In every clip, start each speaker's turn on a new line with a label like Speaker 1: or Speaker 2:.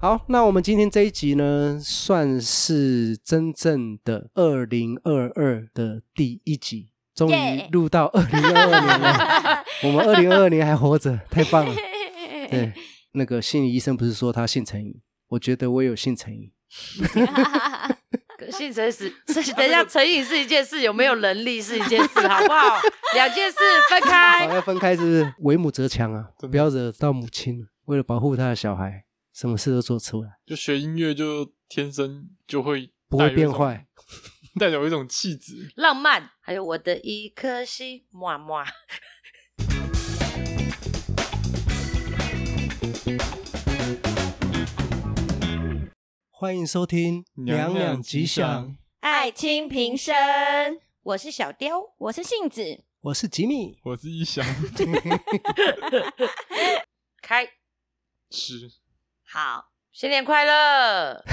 Speaker 1: 好，那我们今天这一集呢，算是真正的二零二二的第一集，终于
Speaker 2: 耶
Speaker 1: 录到二零二二年了。我们二零二二年还活着，太棒了。 对，那个心理医生不是说他性成瘾，我觉得我有性成瘾。
Speaker 3: 可性成是， 这等一下，成瘾是一件事，有没有能力是一件事，好不好？两 件事分
Speaker 1: 好，
Speaker 3: 开。
Speaker 1: 哦要分开是不是？为母则强啊，
Speaker 4: 真的
Speaker 1: 不要惹到母亲。为了保护他的小孩，什么事都做出来，
Speaker 4: 就学音乐就天生就会
Speaker 1: 不会
Speaker 4: 带有一
Speaker 1: 变
Speaker 4: 种，
Speaker 1: 坏。
Speaker 4: 带有一种气质。
Speaker 3: 浪漫，还有我的一颗心，么么。
Speaker 1: 欢迎收听《
Speaker 4: 娘
Speaker 1: 娘
Speaker 4: 娘吉
Speaker 1: 吉祥》
Speaker 4: 祥，
Speaker 2: 爱卿平生，我是小雕，我是杏子，
Speaker 1: 我是吉米。
Speaker 4: 我是一想
Speaker 3: 开，
Speaker 4: 吃，
Speaker 2: 好，
Speaker 3: 新年快乐！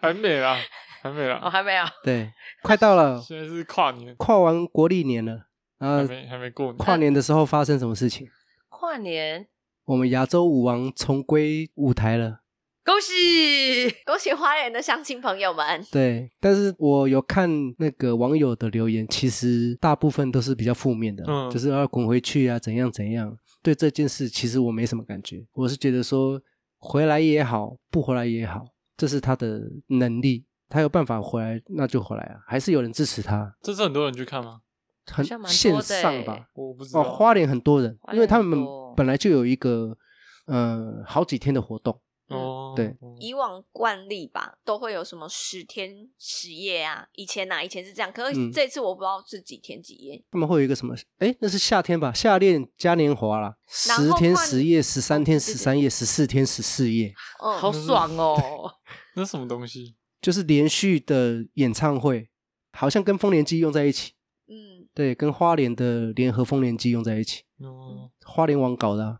Speaker 4: 还没啦，还没
Speaker 3: 哦，
Speaker 4: 啦，
Speaker 3: 还没有，
Speaker 1: 对，快到了，
Speaker 4: 现 在是跨年，
Speaker 1: 跨完国历年了，
Speaker 4: 还
Speaker 1: 然后
Speaker 4: 没还没过年。
Speaker 1: 呃跨年的时候发生什么事情？
Speaker 3: 跨年，
Speaker 1: 我们亚洲舞王重归舞台了。
Speaker 3: 恭喜！
Speaker 2: 恭喜花莲的乡亲朋友们，
Speaker 1: 对，但是我有看那个网友的留言，其实大部分都是比较负面的，
Speaker 4: 嗯
Speaker 1: 就是要滚回去啊，怎样怎样。对这件事，其实我没什么感觉，我是觉得说回来也好，不回来也好，这是他的能力，他有办法回来，那就回来啊，还是有人支持他，
Speaker 4: 这次很多人去看吗？
Speaker 1: 很
Speaker 3: 像蛮
Speaker 1: 线
Speaker 3: 多的
Speaker 1: 上
Speaker 3: 欸
Speaker 1: 吧。
Speaker 4: 我不知道。
Speaker 1: 哦，花莲很多人，
Speaker 3: 花
Speaker 1: 因为
Speaker 3: 莲
Speaker 1: 他
Speaker 3: 很
Speaker 1: 们
Speaker 3: 多
Speaker 1: 本来就有一个呃好几天的活动，
Speaker 4: 哦，
Speaker 1: 对
Speaker 4: 哦，
Speaker 5: 以往惯例吧，都会有什么十天十夜啊，以前呐、以前是这样，可
Speaker 1: 嗯
Speaker 5: 是这次我不知道是几天几夜，
Speaker 1: 他们会有一个什么？哎，那是夏天吧？夏恋嘉年华啦，
Speaker 5: 然后
Speaker 1: 十天
Speaker 5: 换
Speaker 1: 十夜，十三天
Speaker 5: 哦对
Speaker 1: 十
Speaker 5: 对
Speaker 1: 三夜，十四天十四夜，
Speaker 5: 嗯，
Speaker 3: 好爽哦！
Speaker 4: 那什么东西？
Speaker 1: 就是连续的演唱会，好像跟丰年祭用在一起，
Speaker 5: 嗯，
Speaker 1: 对，跟花莲的联合丰年祭用在一起，
Speaker 4: 哦，
Speaker 1: 花莲网搞的、啊，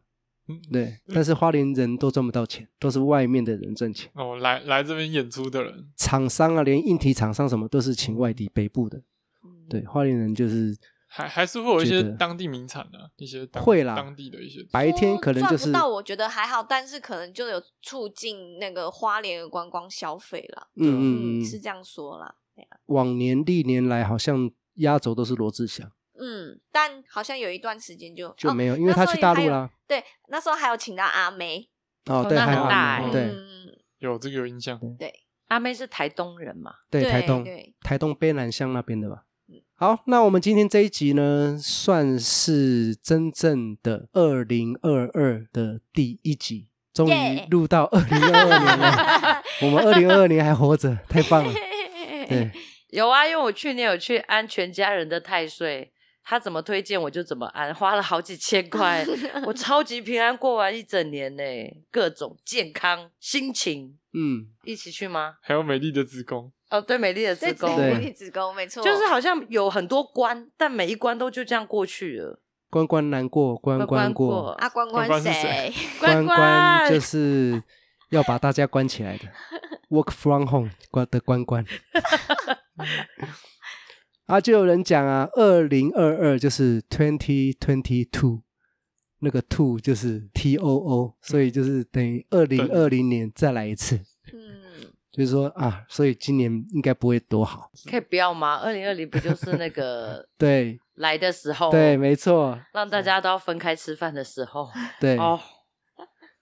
Speaker 4: 嗯，
Speaker 1: 对，但是花莲人都赚不到钱，都是外面的人赚钱，
Speaker 4: 哦，来来这边演出的人，
Speaker 1: 厂商啊，连硬体厂商什么都是请外地北部的，
Speaker 5: 嗯
Speaker 1: 对，，花莲人就是
Speaker 4: 还还是会有一些
Speaker 1: 觉得
Speaker 4: 当地名产的、一些当
Speaker 1: 会啦
Speaker 4: 当地的一些
Speaker 1: 白天可能就
Speaker 5: 赚
Speaker 1: 是
Speaker 5: 不到，我觉得还好，但是可能就有促进那个花莲的观光消费啦，
Speaker 1: 嗯嗯嗯
Speaker 5: 嗯，是这样说啦，
Speaker 1: 往年历年来好像压轴都是罗志祥，
Speaker 5: 嗯，但好像有一段时间就
Speaker 1: 就
Speaker 5: 哦
Speaker 1: 没有，因为
Speaker 5: 那时
Speaker 1: 他
Speaker 5: 候
Speaker 1: 去
Speaker 5: 也
Speaker 1: 大
Speaker 5: 还
Speaker 1: 陆
Speaker 5: 有
Speaker 1: 啦。
Speaker 5: 对，那时候还有请到阿梅，
Speaker 1: 哦，
Speaker 3: 哦
Speaker 1: 对，
Speaker 3: 那
Speaker 1: 还
Speaker 3: 很
Speaker 1: 有阿
Speaker 3: 大
Speaker 1: 妹
Speaker 3: 欸
Speaker 1: 对
Speaker 5: 嗯
Speaker 4: 有这个有印象。
Speaker 3: 阿妹是台东人嘛？
Speaker 1: 对，
Speaker 5: 对
Speaker 1: 台东
Speaker 5: 对嗯
Speaker 1: 台东卑南乡那边的吧。好，那我们今天这一集呢，算是真正的二零二二的第一集，终于
Speaker 2: 耶
Speaker 1: 录 到二零二二年了。我们二零二二年还活着，太棒 了。对，
Speaker 3: 有啊，因为我去年有去安全家人的太岁，他怎么推荐我就怎么安，花了好几千块，我超级平安过完一整年呢、各种健康、心情，
Speaker 1: 嗯，
Speaker 3: 一起去吗？
Speaker 4: 还有美丽的子宫，
Speaker 3: 哦，对，美丽的自
Speaker 5: 对，
Speaker 3: 宫，
Speaker 1: 对
Speaker 5: 对，子宫没错，
Speaker 3: 就是好像有很多关，但每一关都就这样过去了。
Speaker 1: 关关难过关关过，
Speaker 5: 啊，关
Speaker 4: 关
Speaker 5: 关
Speaker 4: 关是谁
Speaker 5: 谁？
Speaker 1: 关
Speaker 3: 关
Speaker 1: 关
Speaker 3: 关
Speaker 1: 就是要把大家关起来的，work from home 关的关关。啊，就有人讲啊，二零二二就是 twenty twenty two，那个 two 就是 T O O，所以就是等于二零二零年再来一次，
Speaker 5: 嗯，
Speaker 1: 就是说啊，所以今年应该不会多好。
Speaker 3: 可以不要吗？二零二零不就是那个
Speaker 1: 对
Speaker 3: 来的时候，
Speaker 1: 对，，没错，
Speaker 3: 让大家都要分开吃饭的时候。
Speaker 1: 对。
Speaker 3: 哦，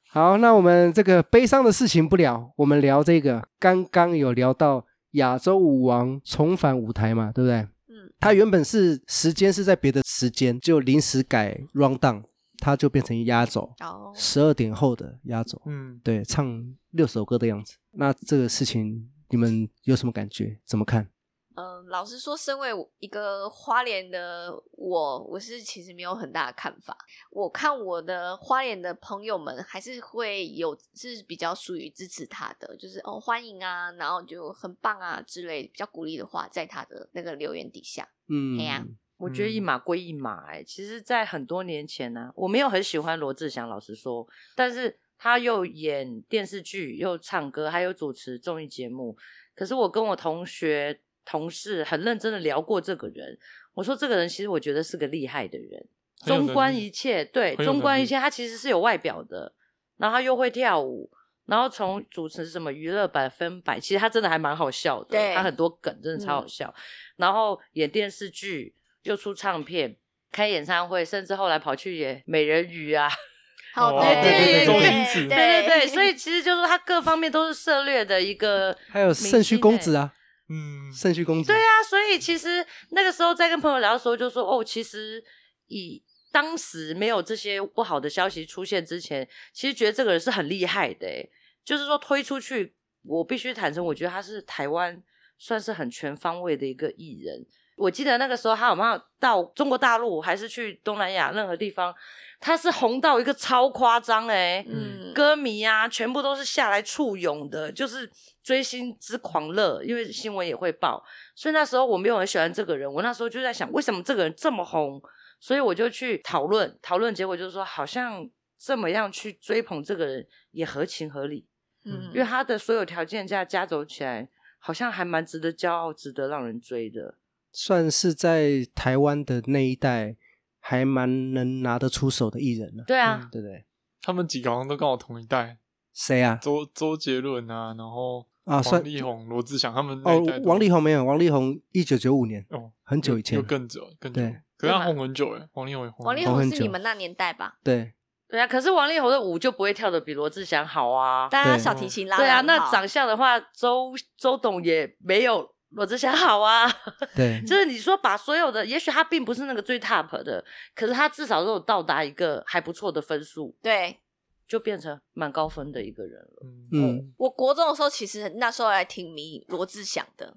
Speaker 1: 好，那我们这个悲伤的事情不聊，我们聊这个。刚刚有聊到亚洲舞王重返舞台嘛，对不对？
Speaker 5: 嗯，
Speaker 1: 他原本是时间是在别的时间，就临时改 round down，他就变成压轴，
Speaker 5: 哦，
Speaker 1: 十二点后的压轴，
Speaker 4: 嗯，
Speaker 1: 对，唱六首歌的样子。那这个事情你们有什么感觉？怎么看？
Speaker 5: 嗯，老实说，身为我一个花莲的我，我是其实没有很大的看法。我看我的花莲的朋友们还是会有是比较属于支持他的，就是哦欢迎啊，然后就很棒啊之类比较鼓励的话，在他的那个留言底下。
Speaker 1: 嗯，
Speaker 5: 哎呀
Speaker 3: 我觉得一
Speaker 4: 嗯
Speaker 3: 码归一码、欸。其实，在很多年前呢、我没有很喜欢罗志祥，老实说，但是他又演电视剧，又唱歌，还有主持综艺节目。可是我跟我同学、同事很认真的聊过这个人，我说这个人其实我觉得是个厉害的人，
Speaker 4: 很有能
Speaker 3: 中观
Speaker 4: 力
Speaker 3: 一切，对，
Speaker 4: 很有
Speaker 3: 中
Speaker 4: 能
Speaker 3: 观一
Speaker 4: 力
Speaker 3: 切，他其实是有外表的，然后他又会跳舞，然后从主持什么娱乐百分百，其实他真的还蛮好笑的，
Speaker 5: 对
Speaker 3: 他很多梗真的超
Speaker 1: 嗯
Speaker 3: 好笑。然后演电视剧，又出唱片，开演唱会，甚至后来跑去演美人鱼啊，
Speaker 5: 好，
Speaker 4: 哦
Speaker 5: 对
Speaker 3: 对对对周
Speaker 4: 星驰
Speaker 5: 对
Speaker 3: 对对对，所以其实就是他各方面都是涉猎的一个，欸
Speaker 1: 还有肾虚公子。啊，
Speaker 4: 嗯，
Speaker 1: 肾虚公子，
Speaker 3: 对啊，所以其实那个时候在跟朋友聊的时候，就说哦，其实以当时没有这些不好的消息出现之前，其实觉得这个人是很厉害的、欸，就是说推出去，我必须坦诚，我觉得他是台湾算是很全方位的一个艺人。我记得那个时候他有没有到中国大陆，还是去东南亚任何地方，他是红到一个超夸张哎、
Speaker 5: 嗯，
Speaker 3: 歌迷啊，全部都是下来簇拥的，就是追星之狂热，因为新闻也会报，所以那时候我没有很喜欢这个人，我那时候就在想，为什么这个人这么红？所以我就去讨论，讨论结果就是说，好像这么样去追捧这个人也合情合理，
Speaker 5: 嗯
Speaker 3: 因为他的所有条件加加总起来，好像还蛮值得骄傲、值得让人追的。
Speaker 1: 算是在台湾的那一代还蛮能拿得出手的艺人了、
Speaker 3: 对啊，
Speaker 1: 对不对？
Speaker 4: 嗯他们几个好像都跟我同一代，
Speaker 1: 谁啊？
Speaker 4: 周周杰伦啊，然后
Speaker 1: 啊算
Speaker 4: 王力宏、罗志祥他们那
Speaker 1: 哦
Speaker 4: 一代，都。
Speaker 1: 王力宏没有，王力宏一九九五年，
Speaker 4: 哦，
Speaker 1: 很久以前
Speaker 4: 又
Speaker 1: 了
Speaker 4: 更久，更久
Speaker 1: 对。
Speaker 4: 可是
Speaker 3: 对
Speaker 4: 他
Speaker 3: 嘛
Speaker 4: 红很久哎，王力宏也红
Speaker 5: 王
Speaker 4: 很
Speaker 5: 力
Speaker 4: 久。
Speaker 5: 宏
Speaker 1: 很
Speaker 5: 是
Speaker 1: 久
Speaker 5: 你们那年代吧？
Speaker 1: 对，
Speaker 3: 对啊，可是王力宏的舞就不会跳的比罗志祥好啊。
Speaker 5: 大家
Speaker 1: 对
Speaker 5: 小提琴拉得
Speaker 3: 对啊，
Speaker 5: 很
Speaker 3: 那
Speaker 5: 好
Speaker 3: 长相的话，周周董也没有罗志祥好啊。
Speaker 1: 对，
Speaker 3: 就是你说把所有的，也许他并不是那个最 top 的，可是他至少都有到达一个还不错的分数，
Speaker 5: 对。
Speaker 3: 就变成蛮高分的一个人了。
Speaker 4: 嗯
Speaker 1: 嗯，
Speaker 5: 我国中的时候，其实那时候还挺迷罗志祥的，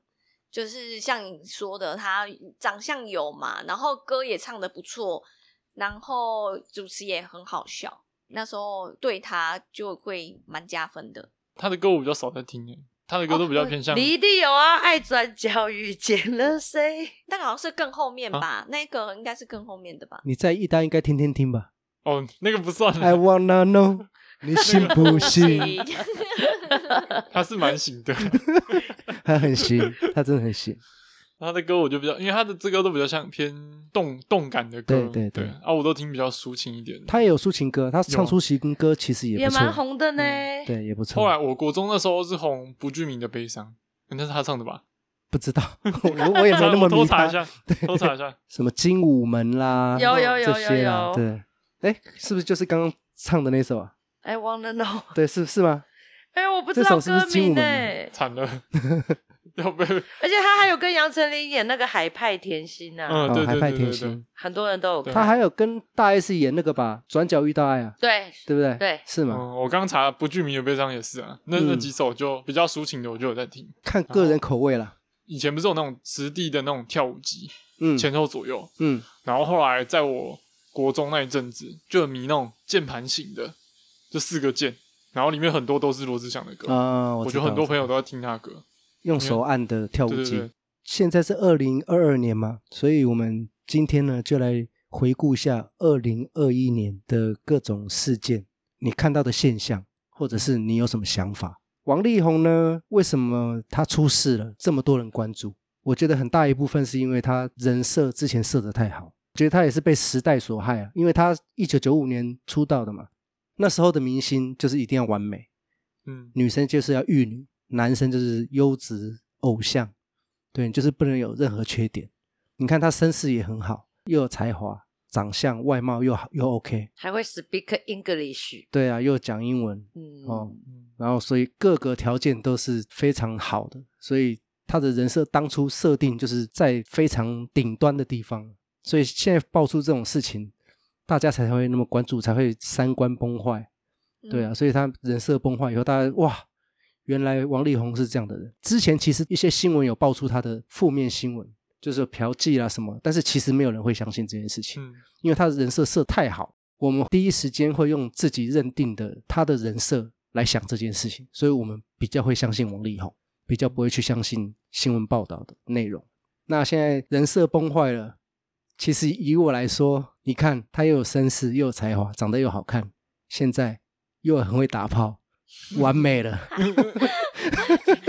Speaker 5: 就是像你说的，他长相有嘛，然后歌也唱的不错，然后主持也很好笑，那时候对他就会蛮加分的。
Speaker 4: 他的歌我比较少在听诶，他的歌都比较偏向
Speaker 3: 你一定有啊，爱转角遇见了谁？
Speaker 5: 但好像是更后
Speaker 1: 啊
Speaker 5: 面吧，那个应该是更后面的吧。
Speaker 1: 你在一单应该天天听 吧。
Speaker 4: 哦，那个不算啊，
Speaker 1: I wanna know，你信不信？
Speaker 5: 嗯
Speaker 4: 他是蛮行的。
Speaker 1: 他很行，他真的很 行。
Speaker 4: 他的歌我就比较，因为他的这歌都比较像偏动动感的歌，
Speaker 1: 对对对
Speaker 4: 啊，我都听比较抒情一点的。
Speaker 1: 他也有抒情歌，他唱出情歌其实也
Speaker 3: 也
Speaker 1: 不
Speaker 3: 蛮
Speaker 1: 错，嗯
Speaker 3: 红的呢。
Speaker 1: 对，也不错。
Speaker 4: 后来我国中那时候是红《不具名的悲伤》，嗯那是他唱的吧？
Speaker 1: 不知道， 我我也没那么
Speaker 4: 我偷
Speaker 1: 迷
Speaker 4: 查
Speaker 1: 他
Speaker 4: 一。下， 偷查一下。
Speaker 1: 什么精武门啦，
Speaker 3: 有有有
Speaker 1: 这些啦
Speaker 3: 有有
Speaker 1: 对。哎，是不是就是刚刚唱的那首啊？
Speaker 3: I wanna know，
Speaker 1: 对，是是吗？
Speaker 3: 哎、我不
Speaker 1: 这
Speaker 3: 知道
Speaker 1: 首是不
Speaker 3: 歌
Speaker 1: 是精武
Speaker 3: 名呢、
Speaker 1: 门
Speaker 4: 惨了，要被
Speaker 3: 而且他还有跟杨丞琳演那个《海派甜心》呐、
Speaker 4: 嗯，
Speaker 1: 哦
Speaker 4: 对
Speaker 1: 海
Speaker 4: 对
Speaker 1: 派
Speaker 4: 对
Speaker 1: 甜
Speaker 4: 对对
Speaker 1: 心，，
Speaker 3: 很多人都有看。
Speaker 1: 他还有跟大 S 演那个吧，《转角遇到爱》啊，
Speaker 3: 对
Speaker 1: 对不对？
Speaker 3: 对
Speaker 1: 是吗？
Speaker 4: 嗯，我刚查《不具名的悲伤》也是啊，那
Speaker 1: 嗯
Speaker 4: 那几首就比较抒情的，我就有在听。
Speaker 1: 看个人口味啦。
Speaker 4: 以前不是有那种实地的那种跳舞机，
Speaker 1: 嗯
Speaker 4: 前后左右，
Speaker 1: 嗯，
Speaker 4: 然后后来在我国中那一阵子就很迷那种键盘型的，就四个键，然后里面很多都是罗志祥的歌，
Speaker 1: 啊，我
Speaker 4: 我觉
Speaker 1: 觉
Speaker 4: 得
Speaker 1: 得
Speaker 4: 很多朋友都在听他的歌。
Speaker 1: 用手按的跳舞
Speaker 4: 啊对对
Speaker 1: 机
Speaker 4: 对。
Speaker 1: 现在是二零二二年嘛，所以我们今天呢就来回顾一下二零二一年的各种事件，你看到的现象，或者是你有什么想法？王力宏呢，为什么他出事了，这么多人关注？我觉得很大一部分是因为他人设之前设得太好，觉得他也是被时代所害啊，因为他一九九五年出道的嘛，那时候的明星就是一定要完美，
Speaker 4: 嗯，
Speaker 1: 女生就是要玉女，男生就是优质偶像，对，就是不能有任何缺点。你看他身世也很好，又有才华，长相外貌又好又 OK，
Speaker 3: 还会 speak English，
Speaker 1: 对啊，又讲英文，
Speaker 3: 嗯，
Speaker 1: 哦然后所以各个条件都是非常好的，所以他的人设当初设定就是在非常顶端的地方，所以现在爆出这种事情，大家才会那么关注，才会三观崩坏。
Speaker 5: 嗯
Speaker 1: 对啊，所以他人设崩坏以后，大家哇，原来王力宏是这样的人。之前其实一些新闻有爆出他的负面新闻，就是有嫖妓啊什么，但是其实没有人会相信这件事情，
Speaker 4: 嗯
Speaker 1: 因为他的人设设太好，我们第一时间会用自己认定的他的人设来想这件事情，所以我们比较会相信王力宏，比较不会去相信新闻报道的内容。那现在人设崩坏了，其实以我来说，你看他又有绅士，又有才华，长得又好看，现在又很会打炮，完美了，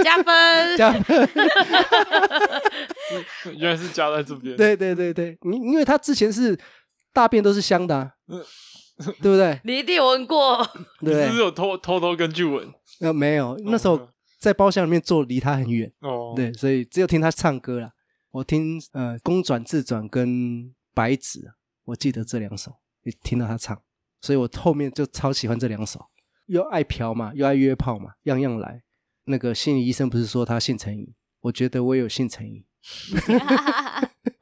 Speaker 3: 加 分，
Speaker 1: 加分。
Speaker 4: 原来是加在这边。
Speaker 1: 对对对对，你因为他之前是大便都是香的、啊，
Speaker 4: 嗯
Speaker 1: 对不对？
Speaker 3: 你一定有闻过，
Speaker 4: 你是
Speaker 1: 对
Speaker 4: 不
Speaker 1: 不对？
Speaker 4: 是有偷偷偷跟据闻？
Speaker 1: 呃，没有，那时候在包厢里面坐离他很远，
Speaker 4: 哦，
Speaker 1: 对，所以只有听他唱歌啦。我听呃公转自转跟白纸，我记得这两首，也听到他唱，所以我后面就超喜欢这两首，又爱嫖嘛，又爱约炮嘛，样样来。那个心理医生不是说他性成瘾，我觉得我也有性成瘾，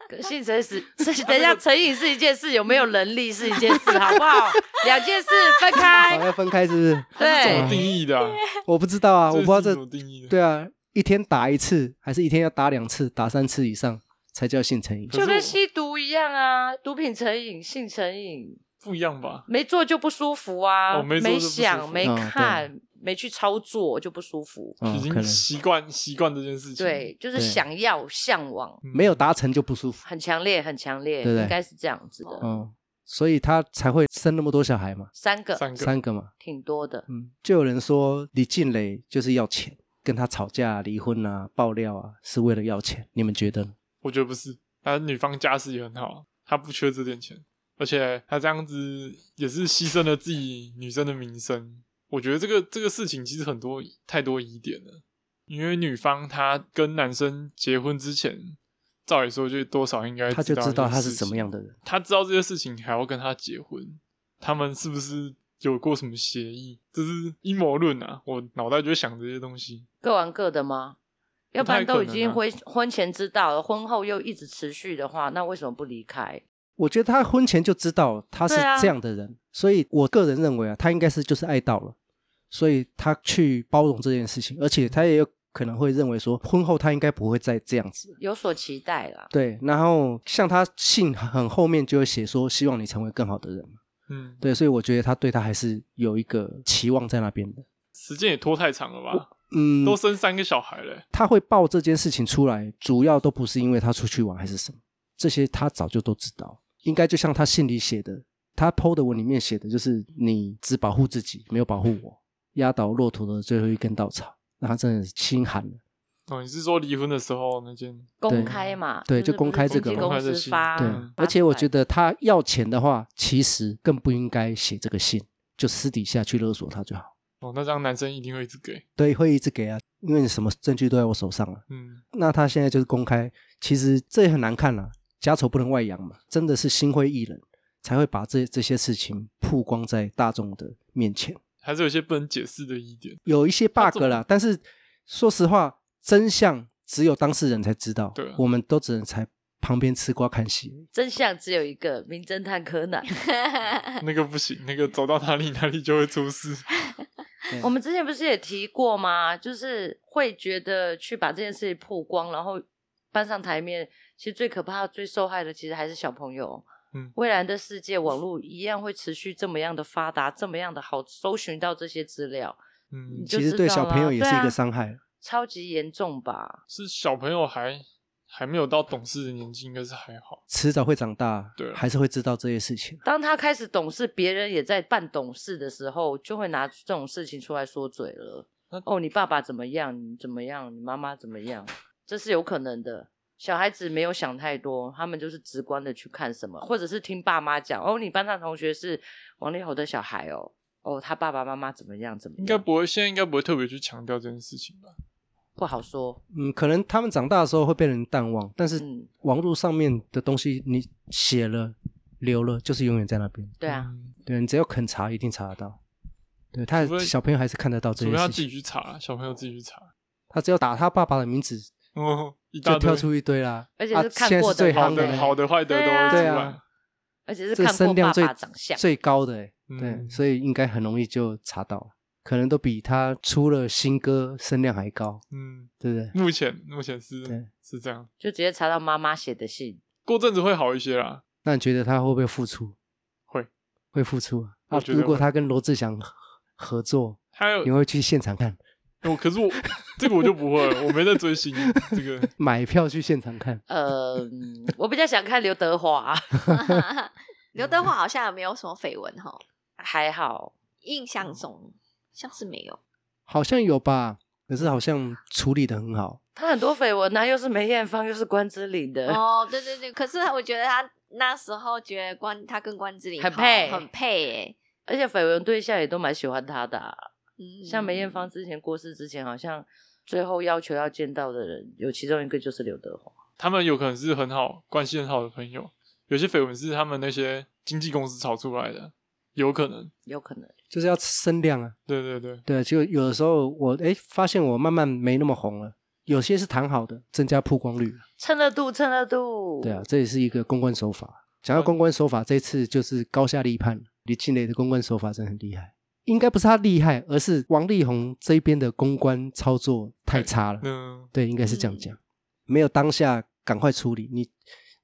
Speaker 3: 可性成 是，是等一下，成瘾是一件事，有没有能力是一件事，好不好？两件事分
Speaker 1: 好
Speaker 3: 开。
Speaker 1: 哦要分开是不是？
Speaker 4: 怎
Speaker 3: 对
Speaker 4: 么，定义的啊？
Speaker 1: 我不知道啊，我
Speaker 4: 是
Speaker 1: 不知道
Speaker 4: 怎
Speaker 1: 这
Speaker 4: 么定义的。
Speaker 1: 对啊，一天打一次，还是一天要打两次，打三次以上才叫性成瘾？
Speaker 4: 可是
Speaker 3: 就
Speaker 4: 我
Speaker 3: 跟吸毒一样啊，毒品成瘾、性成瘾，
Speaker 4: 不一样吧？
Speaker 3: 没做就不舒服啊，
Speaker 4: 哦没做就不舒服
Speaker 3: 想、没
Speaker 1: 嗯
Speaker 3: 看、没去操作就不舒服。
Speaker 1: 啊、
Speaker 4: 已
Speaker 1: 可
Speaker 4: 经
Speaker 1: 能
Speaker 4: 习惯习惯这件事情。
Speaker 3: 对，就是
Speaker 1: 对
Speaker 3: 想要、向往，
Speaker 4: 嗯，
Speaker 1: 没有达成就不舒服。
Speaker 3: 很强烈，很强烈，
Speaker 1: 对不对
Speaker 3: 应该是这样子的。
Speaker 1: 嗯，所以他才会生那么多小孩嘛，
Speaker 3: 三个，
Speaker 4: 三个
Speaker 1: 三个嘛，
Speaker 3: 挺多的。
Speaker 1: 嗯，就有人说李静蕾就是要钱，跟他吵架、离婚啊、爆料啊，是为了要钱，你们觉得呢？
Speaker 4: 我觉得不是，他女方家世也很好，他不缺这点钱，而且他这样子也是牺牲了自己女生的名声。我觉得这个这个事情其实很多太多疑点了，因为女方她跟男生结婚之前，照理说就多少应该
Speaker 1: 他就知道
Speaker 4: 一些
Speaker 1: 他是
Speaker 4: 事
Speaker 1: 什么
Speaker 4: 情
Speaker 1: 样的人，
Speaker 4: 他知道这些事情还要跟他结婚，他们是不是有过什么协议？这是阴谋论啊！我脑袋就会想这些东西。
Speaker 3: 各玩各的吗？要不
Speaker 4: 太
Speaker 3: 然都
Speaker 4: 可
Speaker 3: 已
Speaker 4: 能
Speaker 3: 经
Speaker 4: 啊
Speaker 3: 婚婚前知道了，婚后又一直持续的话，那为什么不离开？
Speaker 1: 我觉得他婚前就知道他是
Speaker 3: 对啊
Speaker 1: 这样的人，所以我个人认为啊，他应该是就是爱到了，所以他去包容这件事情，而且他也有可能会认为说，婚后他应该不会再这样子了。
Speaker 3: 有所期待啦。
Speaker 1: 对，然后像他信很后面就会写说，希望你成为更好的人嘛。
Speaker 4: 嗯，
Speaker 1: 对，所以我觉得他对他还是有一个期望在那边的。
Speaker 4: 时间也拖太长了吧？
Speaker 1: 嗯，
Speaker 4: 都生三个小孩了欸、
Speaker 1: 他会爆这件事情出来，主要都不是因为他出去玩还是什么，这些他早就都知道。应该就像他信里写的，他 PO 的文里面写的就是你只保护自己，没有保护我，压倒骆驼的最后一根稻草，那他真的心寒了。
Speaker 4: 哦，你是说离婚的时候那件？
Speaker 3: 公开嘛，
Speaker 1: 对
Speaker 3: 就是
Speaker 1: 就公开这个
Speaker 3: 不
Speaker 1: 嘛
Speaker 3: 是经纪公司发，
Speaker 1: 对，
Speaker 4: 嗯
Speaker 3: 发
Speaker 1: 而且我觉
Speaker 3: 出
Speaker 1: 得他要钱的话，其实更不应该写这个信，就私底下去勒索他就好。
Speaker 4: 哦，那这样男生一定会一直给。
Speaker 1: 对，会一直给啊，因为你什么证据都在我手上啊。
Speaker 4: 嗯，
Speaker 1: 那他现在就是公开，其实这也很难看啦、家丑不能外扬嘛，真的是心灰意冷，才会把这这些事情曝光在大众的面前。
Speaker 4: 还是有一些不能解释的 疑点。
Speaker 1: 有一些
Speaker 4: 他怎
Speaker 1: bug
Speaker 4: 么
Speaker 1: 啦，但是说实话，真相只有当事人才知道，
Speaker 4: 对啊
Speaker 1: 我们都只能才旁边吃瓜看戏。
Speaker 3: 真相只有一个，名侦探柯 南。
Speaker 4: 那个不行，那个走到哪里哪里就会出事。
Speaker 1: 对
Speaker 3: 我们之前不是也提过吗？就是会觉得去把这件事情曝光，然后搬上台面，其实最可怕、最受害的，其实还是小朋友。
Speaker 4: 嗯
Speaker 3: 未来的世界，网络一样会持续这么样的发达，这么样的好搜寻到这些资料，你
Speaker 4: 嗯，
Speaker 3: 就
Speaker 1: 其实
Speaker 3: 知
Speaker 1: 对
Speaker 3: 道
Speaker 1: 小朋
Speaker 3: 啦
Speaker 1: 友也
Speaker 3: 对
Speaker 1: 是一
Speaker 3: 啊
Speaker 1: 个伤害。
Speaker 3: 超级严重吧？
Speaker 4: 是小朋友还还没有到懂事的年纪，应该是还好。
Speaker 1: 迟早会长大，
Speaker 4: 对啊
Speaker 1: 还是会知道这些事情。
Speaker 3: 当他开始懂事，别人也在办懂事的时候，就会拿这种事情出来说嘴了
Speaker 4: 那。
Speaker 3: 哦，你爸爸怎么样？你怎么样？你妈妈怎么样？这是有可能的。小孩子没有想太多，他们就是直观的去看什么，或者是听爸妈讲。哦，你班上同学是王力宏的小孩哦，哦，他爸爸妈妈怎么样？怎么样？
Speaker 4: 应该不会，现在应该不会特别去强调这件事情吧？
Speaker 3: 不好说。
Speaker 1: 嗯，可能他们长大的时候会被人淡忘，但是
Speaker 3: 嗯，
Speaker 1: 网络上面的东西你写了留了，就是永远在那边。
Speaker 3: 对啊，
Speaker 4: 嗯
Speaker 1: 对你只要肯查，一定查得到。对他
Speaker 4: 除非
Speaker 1: 小朋友还是看得到这些
Speaker 4: 除非他
Speaker 1: 事
Speaker 4: 自己
Speaker 1: 情，
Speaker 4: 去查，小朋友自己去查。
Speaker 1: 他只要打他爸爸的名字，
Speaker 4: 哦，一大
Speaker 1: 就
Speaker 4: 堆
Speaker 1: 跳出一堆啦。
Speaker 3: 而且
Speaker 1: 啊
Speaker 3: 是看
Speaker 1: 现在
Speaker 3: 过
Speaker 1: 是
Speaker 3: 的
Speaker 1: 最
Speaker 3: 人
Speaker 4: 好
Speaker 1: 夯
Speaker 3: 对
Speaker 4: 的、
Speaker 1: 嘞
Speaker 4: 好的、坏的都会出
Speaker 1: 对
Speaker 4: 来
Speaker 1: 啊。，
Speaker 3: 而且是
Speaker 1: 这个
Speaker 3: 看过
Speaker 1: 声量
Speaker 3: 爸
Speaker 1: 最
Speaker 3: 爸长相，
Speaker 1: 最高的欸，
Speaker 4: 嗯
Speaker 1: 对，所以应该很容易就查到了，可能都比他出了新歌声量还高，
Speaker 4: 嗯，
Speaker 1: 对不对？
Speaker 4: 目前目前
Speaker 1: 对
Speaker 4: 是是这样，
Speaker 3: 就直接查到妈妈写的信。
Speaker 4: 过阵子会好一些啦。
Speaker 1: 那你觉得他会不会付出？
Speaker 4: 会，
Speaker 1: 会付出啊！啊
Speaker 4: 我觉得
Speaker 1: 如果
Speaker 4: 会呃
Speaker 1: 他跟罗志祥合合作，
Speaker 4: 还有
Speaker 1: 你会去现场看，
Speaker 4: 我，哦可是我这个我就不会了，我没在追星。这个
Speaker 1: 买票去现场看？
Speaker 3: 呃，嗯我比较想看刘德华，
Speaker 5: 刘德华好像也没有什么绯闻哈，
Speaker 3: 还好。
Speaker 5: 印象中
Speaker 1: 嗯
Speaker 5: 像是没有。
Speaker 1: 好像有吧，可是好像处理的很好。
Speaker 3: 啊 他很多绯闻呐，又是梅艳芳，又是关之琳的，
Speaker 5: 哦哦，对对对，可是我觉得他那时候觉得关他跟关之琳
Speaker 3: 很
Speaker 5: 好
Speaker 3: 配
Speaker 5: 很配欸耶、
Speaker 3: 而且绯闻对象也都蛮喜欢他的啊、
Speaker 5: 嗯
Speaker 3: 像梅艳芳之前过世之前，好像最后要求要见到的人，有其中一个就是刘德华。
Speaker 4: 他们有可能是很好关系很好的朋友，有些绯闻是他们那些经纪公司炒出来的，有可能。
Speaker 3: 有可能，
Speaker 1: 就是要声量啊。
Speaker 4: 对对对，
Speaker 1: 对，就有的时候我哎发现我慢慢没那么红了，有些是谈好的，增加曝光率。
Speaker 3: 蹭热度，蹭热度。
Speaker 1: 对啊，，这也是一个公关手法。讲到公关手法，这次就是高下立判。李庆磊的公关手法真的很厉害，应该不是他厉害，而是王力宏这边的公关操作太差了。
Speaker 4: 嗯，
Speaker 1: 对，应该是这样讲，没有当下赶快处理。你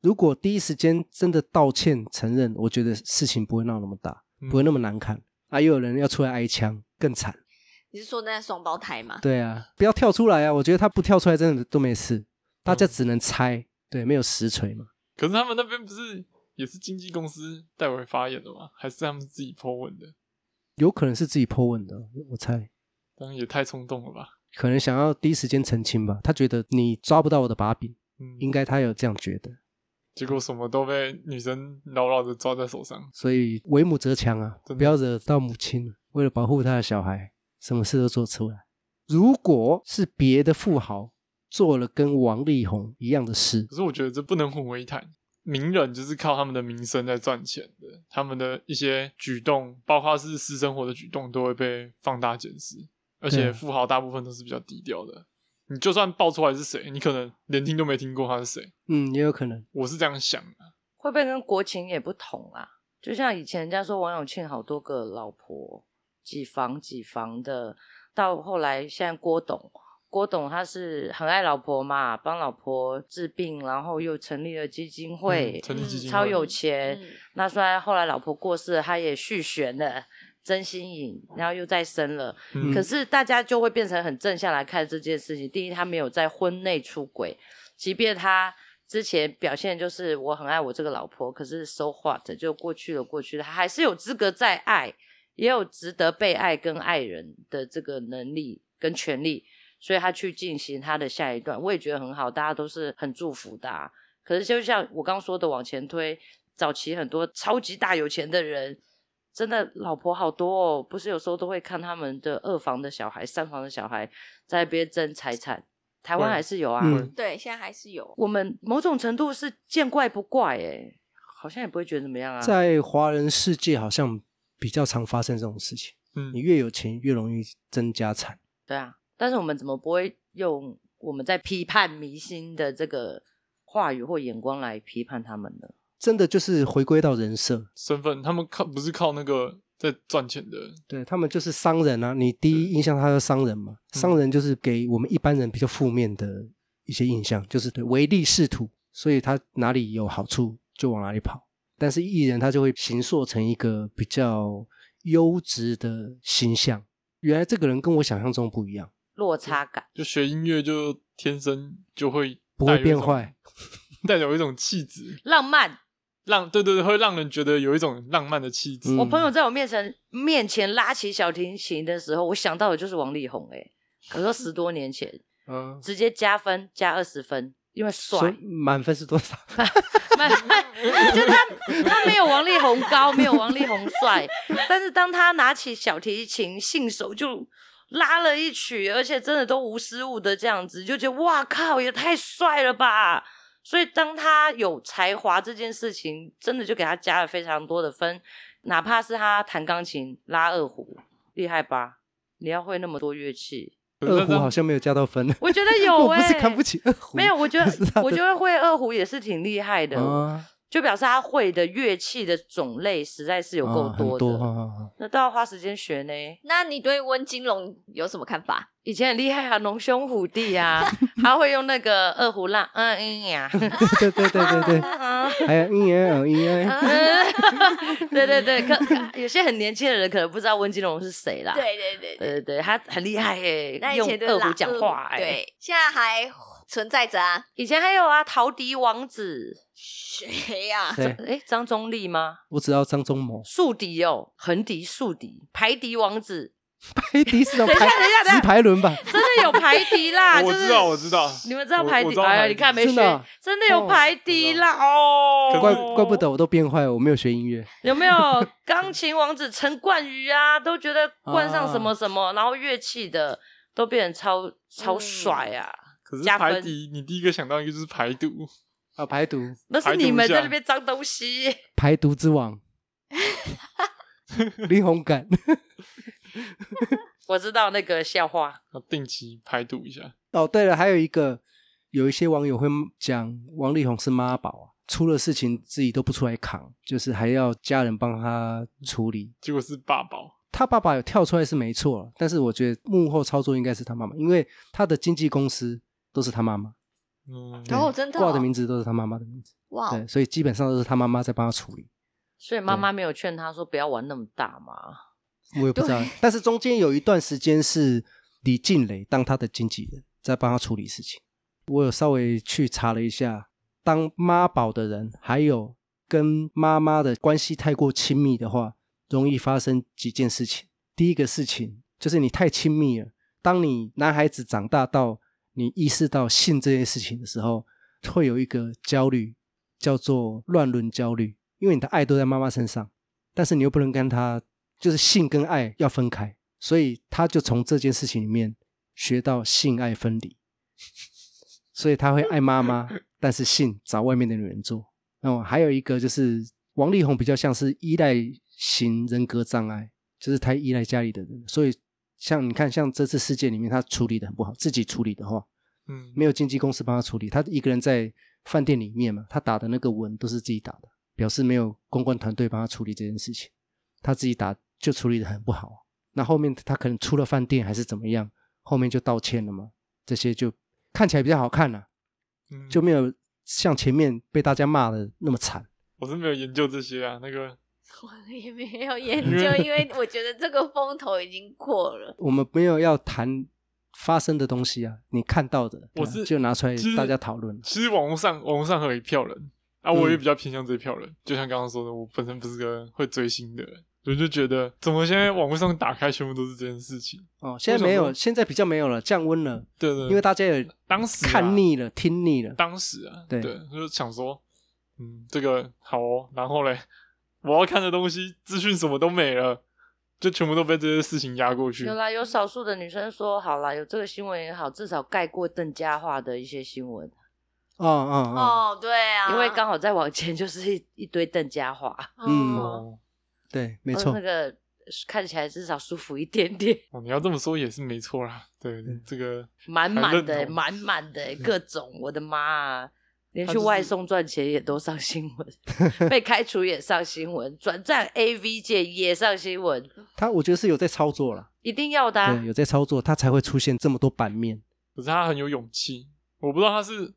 Speaker 1: 如果第一时间真的道歉承认，我觉得事情不会闹那么大，
Speaker 4: 嗯
Speaker 1: 不会那么难看。啊，又有人要出来挨枪，更惨。
Speaker 5: 你是说那双胞胎吗？
Speaker 1: 对啊，不要跳出来啊！我觉得他不跳出来，真的都没事。大家
Speaker 4: 嗯
Speaker 1: 只能猜，对，没有实锤嘛。
Speaker 4: 可是他们那边不是也是经纪公司代为发言的吗？还是他们自己 po 文的？
Speaker 1: 有可能是自己 Po 问的，我猜，
Speaker 4: 当然也太冲动了吧？
Speaker 1: 可能想要第一时间澄清吧。他觉得你抓不到我的把柄，
Speaker 4: 嗯，
Speaker 1: 应该他有这样觉得，
Speaker 4: 结果什么都被女生牢牢的抓在手上。
Speaker 1: 所以为母则强啊，
Speaker 4: 真的
Speaker 1: 不要惹到母亲了。为了保护他的小孩，什么事都做出来。如果是别的富豪做了跟王力宏一样的事，
Speaker 4: 可是我觉得这不能混为一谈。名人就是靠他们的名声在赚钱的，他们的一些举动，包括是私生活的举动，都会被放大检视。而
Speaker 1: 对
Speaker 4: 且
Speaker 1: 啊
Speaker 4: 富豪大部分都是比较低调的，你就算爆出来是谁，你可能连听都没听过他是谁。
Speaker 1: 嗯，也有可能。
Speaker 4: 我是这样想的，
Speaker 3: 会不会跟国情也不同啊？就像以前人家说王永庆好多个老婆，几房几房的，到后来现在郭董，郭董他是很爱老婆嘛，帮老婆治病，然后又成立了基金会，
Speaker 4: 嗯
Speaker 3: 嗯
Speaker 4: 成立基金会
Speaker 3: 超有钱。
Speaker 5: 嗯
Speaker 3: 那虽然后来老婆过世了，他也续弦了真心颖，然后又再生了，
Speaker 4: 嗯
Speaker 3: 可是大家就会变成很正向来看这件事情。第一，他没有在婚内出轨，即便他之前表现就是我很爱我这个老婆，可是 so what 就过去了，过去了，他还是有资格再爱，也有值得被爱跟爱人的这个能力跟权利，所以他去进行他的下一段，我也觉得很好，大家都是很祝福的、啊。可是就像我刚说的，往前推，早期很多超级大有钱的人，真的老婆好多哦，不是有时候都会看他们的二房的小孩、三房的小孩在那边争财产，台湾
Speaker 4: 会
Speaker 3: 还是有啊。
Speaker 1: 嗯，
Speaker 5: 对，现在还是有。
Speaker 3: 我们某种程度是见怪不怪、哎，好像也不会觉得怎么样啊。
Speaker 1: 在华人世界好像比较常发生这种事情，
Speaker 4: 嗯
Speaker 1: 你，越有钱越容易增加产。
Speaker 3: 对啊，但是我们怎么不会用我们在批判迷信的这个话语或眼光来批判他们呢？
Speaker 1: 真的就是回归到人设，
Speaker 4: 身份他们靠不是靠那个在赚钱的，
Speaker 1: 对他们就是商人啊，你第一印象他是商人嘛，
Speaker 4: 嗯
Speaker 1: 商人就是给我们一般人比较负面的一些印象，就是对唯利是图，所以他哪里有好处就往哪里跑。但是艺人他就会形塑成一个比较优质的形象，原来这个人跟我想象中不一样，
Speaker 3: 落差感，
Speaker 4: 就学音乐就天生就会
Speaker 1: 不会
Speaker 4: 带有一
Speaker 1: 变
Speaker 4: 种
Speaker 1: 坏，
Speaker 4: 带有一种气质，
Speaker 3: 浪漫。
Speaker 4: 让对对对，会让人觉得有一种浪漫的气质。
Speaker 1: 嗯
Speaker 3: 我朋友在我面前面前拉起小提琴的时候，我想到的就是王力宏、哎，我说十多年前，
Speaker 1: 嗯，
Speaker 3: 直接加分加二十分，因为帅
Speaker 1: 所。以满分是多少？
Speaker 3: 蛮 就他他没有王力宏高，没有王力宏帅，但是当他拿起小提琴，信手就拉了一曲，而且真的都无失误的这样子，就觉得哇靠，也太帅了吧！所以当他有才华这件事情，真的就给他加了非常多的分，哪怕是他弹钢琴、拉二胡，厉害吧？你要会那么多乐器，
Speaker 4: 可是
Speaker 1: 二
Speaker 4: 那这
Speaker 1: 胡
Speaker 4: 样
Speaker 1: 好像没有加到分，
Speaker 3: 我觉得 有
Speaker 1: 我不是
Speaker 3: 欸
Speaker 1: 看不起二胡，
Speaker 3: 没有，我觉
Speaker 1: 是他的
Speaker 3: 得我觉得会二胡也是挺厉害的。
Speaker 1: 啊，
Speaker 3: 就表示他会的乐器的种类实在是有
Speaker 4: 哦
Speaker 3: 够
Speaker 1: 啊很
Speaker 3: 多的，
Speaker 1: 多，啊啊啊
Speaker 3: 那都要花时间学呢。
Speaker 5: 那你对温金龙有什么看法？
Speaker 3: 以前很厉害啊，龙兄虎弟啊，还会用那个二胡啦，嗯嗯 呀，
Speaker 1: 对对对对对哎对，
Speaker 3: 嗯
Speaker 1: 还有音乐耳音乐。
Speaker 3: 嗯 对对对，可可有些很年轻的人可能不知道温金龙是谁啦。
Speaker 5: 对对对
Speaker 3: 对对对，他很厉害耶、
Speaker 5: 呃那以
Speaker 3: 用
Speaker 5: 前就是
Speaker 3: 二胡
Speaker 5: 拉
Speaker 3: 讲
Speaker 5: 二
Speaker 3: 话哎、
Speaker 5: 对，现在还存在着啊。
Speaker 3: 以前还有啊，陶笛王子，
Speaker 5: 谁呀、
Speaker 1: 对，
Speaker 3: 哎，张宗立吗？
Speaker 1: 我只要张忠谋，
Speaker 3: 竖笛哦，横笛、竖笛、排笛王子，
Speaker 1: 排迪是种排
Speaker 3: 等一下等一下
Speaker 1: 直排轮吧？
Speaker 3: 真的有排敌啦，
Speaker 4: 我
Speaker 3: 啊就是
Speaker 4: 知道，我知道，
Speaker 3: 你们知道
Speaker 4: 我
Speaker 3: 排
Speaker 4: 我
Speaker 3: 敌
Speaker 4: 知？道
Speaker 3: 哎
Speaker 4: 排
Speaker 3: 呀，你
Speaker 4: 敌
Speaker 3: 看没
Speaker 1: 真的
Speaker 3: 学
Speaker 1: 啊，
Speaker 3: 真的有
Speaker 1: 哦
Speaker 3: 排敌啦哦，
Speaker 1: 怪怪不得我都变坏，我没有学音乐。
Speaker 3: 有没有钢琴王子陈冠宇啊？都觉得冠上什
Speaker 1: 啊
Speaker 3: 么什么，然后乐器的都变成
Speaker 4: 嗯
Speaker 3: 超超帅啊！
Speaker 4: 可是
Speaker 3: 加分
Speaker 4: 排敌，你第一个想到一个就是排毒，
Speaker 1: 啊，排毒，
Speaker 3: 那是
Speaker 4: 排毒
Speaker 3: 你们
Speaker 4: 一下
Speaker 3: 在那边脏东西，
Speaker 1: 排毒之 王，林红感，
Speaker 3: 我知道那个笑话。
Speaker 4: 要定期排毒一下。
Speaker 1: 哦，对了，还有一个，有一些网友会讲王力宏是妈宝啊，出了事情自己都不出来扛，就是还要家人帮他处理。
Speaker 4: 结果是爸宝，
Speaker 1: 他爸爸有跳出来是没错了，但是我觉得幕后操作应该是他妈妈，因为他的经纪公司都是他妈妈，
Speaker 4: 嗯，
Speaker 5: 哦真的哦
Speaker 1: 挂的名字都是他妈妈的名字，
Speaker 5: 哇哦，
Speaker 1: 对，所以基本上都是他妈妈在帮他处理。
Speaker 3: 所以
Speaker 1: 嗯
Speaker 3: 妈妈没有劝他说不要玩那么大嘛。
Speaker 1: 我也不知道
Speaker 5: 对，
Speaker 1: 但是中间有一段时间是李静蕾当他的经纪人，在帮他处理事情。我有稍微去查了一下，当妈宝的人，还有跟妈妈的关系太过亲密的话，容易发生几件事情。第一个事情就是你太亲密了，当你男孩子长大到你意识到性这件事情的时候，会有一个焦虑，叫做乱伦焦虑，因为你的爱都在妈妈身上。但是你又不能跟他，就是性跟爱要分开，所以他就从这件事情里面学到性爱分离，所以他会爱妈妈，但是性找外面的女人做。哦，还有一个就是王力宏比较像是依赖型人格障碍，就是太依赖家里的人，所以像你看，像这次事件里面他处理的很不好，自己处理的话，
Speaker 4: 嗯，
Speaker 1: 没有经纪公司帮他处理，他一个人在饭店里面嘛，他打的那个文都是自己打的，表示没有公关团队帮他处理这件事情，他自己打就处理的很不好。那后面他可能出了饭店还是怎么样，后面就道歉了嘛，这些就看起来比较好看了、
Speaker 4: 嗯
Speaker 1: 就没有像前面被大家骂的那么惨。
Speaker 4: 我是没有研究这些啊，那个
Speaker 5: 我也没 有研究，因为我觉得这个风头已经过了。
Speaker 1: 我们没有要谈发生的东西啊，你看到的，对
Speaker 4: 我
Speaker 1: 啊
Speaker 4: 是
Speaker 1: 就拿出来
Speaker 4: 其实
Speaker 1: 大家讨论。
Speaker 4: 其实网络上网络上还有一票人啊，我也
Speaker 1: 嗯
Speaker 4: 比较偏向这一票人。就像刚刚说的，我本身不是个会追星的人，我就觉得怎么现在网络上打开全部都是这件事情。
Speaker 1: 哦，现在没
Speaker 4: 为什
Speaker 1: 有，
Speaker 4: 么
Speaker 1: 现在比较没有了，降温了，
Speaker 4: 对对，
Speaker 1: 因为大家也
Speaker 4: 当时啊
Speaker 1: 看腻了，听腻了。
Speaker 4: 当时啊，
Speaker 1: 对
Speaker 4: 就想说，嗯，这个好哦，然后嘞， 我要看的东西资讯什么都没了，就全部都被这些事情压过去
Speaker 3: 有。啦，有少数的女生说好啦，有这个新闻也好，至少盖过邓家化的一些新闻，
Speaker 1: 哦哦哦，
Speaker 5: 哦，对啊，
Speaker 3: 因为刚好再往前就是一一堆邓家化，
Speaker 1: 嗯
Speaker 5: 哦，
Speaker 4: 哦，
Speaker 1: 对，没
Speaker 3: 没
Speaker 1: 错
Speaker 3: 呃哦那。个看起来至少舒服一点点。
Speaker 4: 哦，你要这么说也是没错啦。对，
Speaker 1: 嗯
Speaker 4: 这个
Speaker 3: 满
Speaker 4: 很
Speaker 3: 满
Speaker 4: 认
Speaker 3: 的欸、
Speaker 4: 同
Speaker 3: 满满的欸、各种，我的妈、啊！连
Speaker 4: 他
Speaker 3: 去
Speaker 4: 就是
Speaker 3: 外送赚钱也都上新闻， 被开除也上新闻，转战 AV 界也上新闻，
Speaker 1: 他我觉得是有在操作了，
Speaker 3: 一定要的、啊
Speaker 1: 对，。有在操作，他才会出现这么多版面。
Speaker 4: 可是他很有勇气，我不知道他是，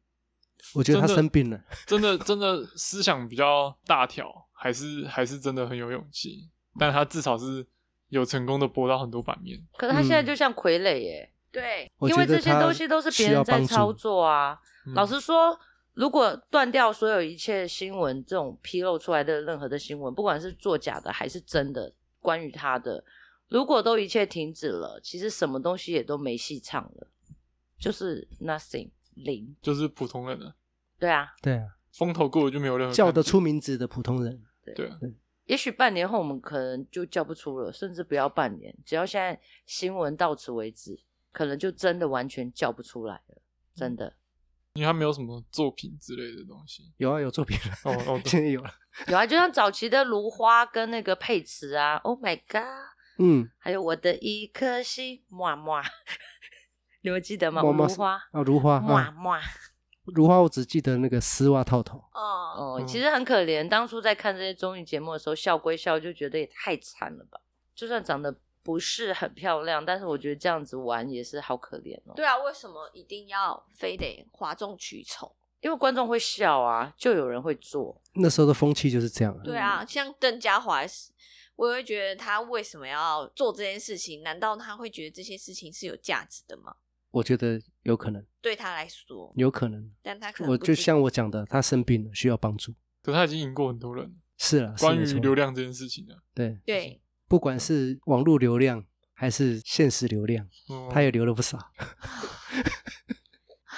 Speaker 1: 我觉得他
Speaker 4: 真的
Speaker 1: 生病了，
Speaker 4: 真的真的思想比较大条，还是还是真的很有勇气，但他至少是有成功的播到很多版面。
Speaker 3: 可是他现在
Speaker 1: 嗯
Speaker 3: 就像傀儡耶、
Speaker 5: 对，
Speaker 1: 我
Speaker 3: 因
Speaker 1: 觉
Speaker 3: 为
Speaker 1: 得
Speaker 3: 这些
Speaker 1: 他
Speaker 3: 东西都是别
Speaker 1: 需要
Speaker 3: 人在
Speaker 1: 帮助
Speaker 3: 操。作啊。
Speaker 4: 嗯
Speaker 3: 老实说，如果断掉所有一切新闻这种披露出来的任何的新闻，不管是作假的还是真的，关于他的，如果都一切停止了，其实什么东西也都没戏唱了，就是 nothing 零。
Speaker 4: 就是普通人了，
Speaker 3: 对啊，
Speaker 1: 对啊，
Speaker 4: 风头过了就没有任何
Speaker 1: 叫得
Speaker 4: 感觉
Speaker 1: 出名字的普通人，
Speaker 4: 对啊，
Speaker 3: 也许半年后我们可能就叫不出了，甚至不要半年，只要现在新闻到此为止，可能就真的完全叫不出来了，真的。
Speaker 4: 因为他没有什么作品之类的东西。
Speaker 1: 有啊，有作品了，
Speaker 4: 哦
Speaker 1: ，
Speaker 4: 哦
Speaker 1: 现在有了。
Speaker 3: 有啊，就像早期的如花跟那个佩慈啊，Oh my god，
Speaker 1: 嗯，
Speaker 3: 还有我的一颗心，么么， 你们记得吗？
Speaker 1: 么么
Speaker 3: 如花，
Speaker 1: 啊，如花
Speaker 3: 么
Speaker 1: 啊，
Speaker 3: 么，
Speaker 1: 如花，我只记得那个丝袜套头。
Speaker 5: 哦，
Speaker 3: 哦，
Speaker 4: 嗯
Speaker 3: 其实很可怜。当初在看这些综艺节目的时候，笑归笑，就觉得也太惨了吧。就算长得不是很漂亮，但是我觉得这样子玩也是好可怜哦。
Speaker 5: 对啊，为什么一定要非得哗众取宠？
Speaker 3: 因为观众会笑啊，就有人会做。
Speaker 1: 那时候的风气就是这样啊。
Speaker 5: 对啊，像邓家华也是，我也会觉得他为什么要做这件事情？难道他会觉得这些事情是有价值的吗？
Speaker 1: 我觉得有可能，
Speaker 5: 对他来说，
Speaker 1: 有可能。
Speaker 5: 但他可能
Speaker 1: 我
Speaker 5: 不
Speaker 1: 就
Speaker 5: 知
Speaker 1: 像我讲的，他生病了，需要帮助。
Speaker 4: 可是他已经赢过很多人了，
Speaker 1: 啊是了，是
Speaker 4: 关于
Speaker 1: 没错
Speaker 4: 啊流量这件事情呢、
Speaker 1: 对，
Speaker 5: 对
Speaker 1: 不管是网络流量还是现实流量，
Speaker 4: 嗯
Speaker 1: 他也留了不少。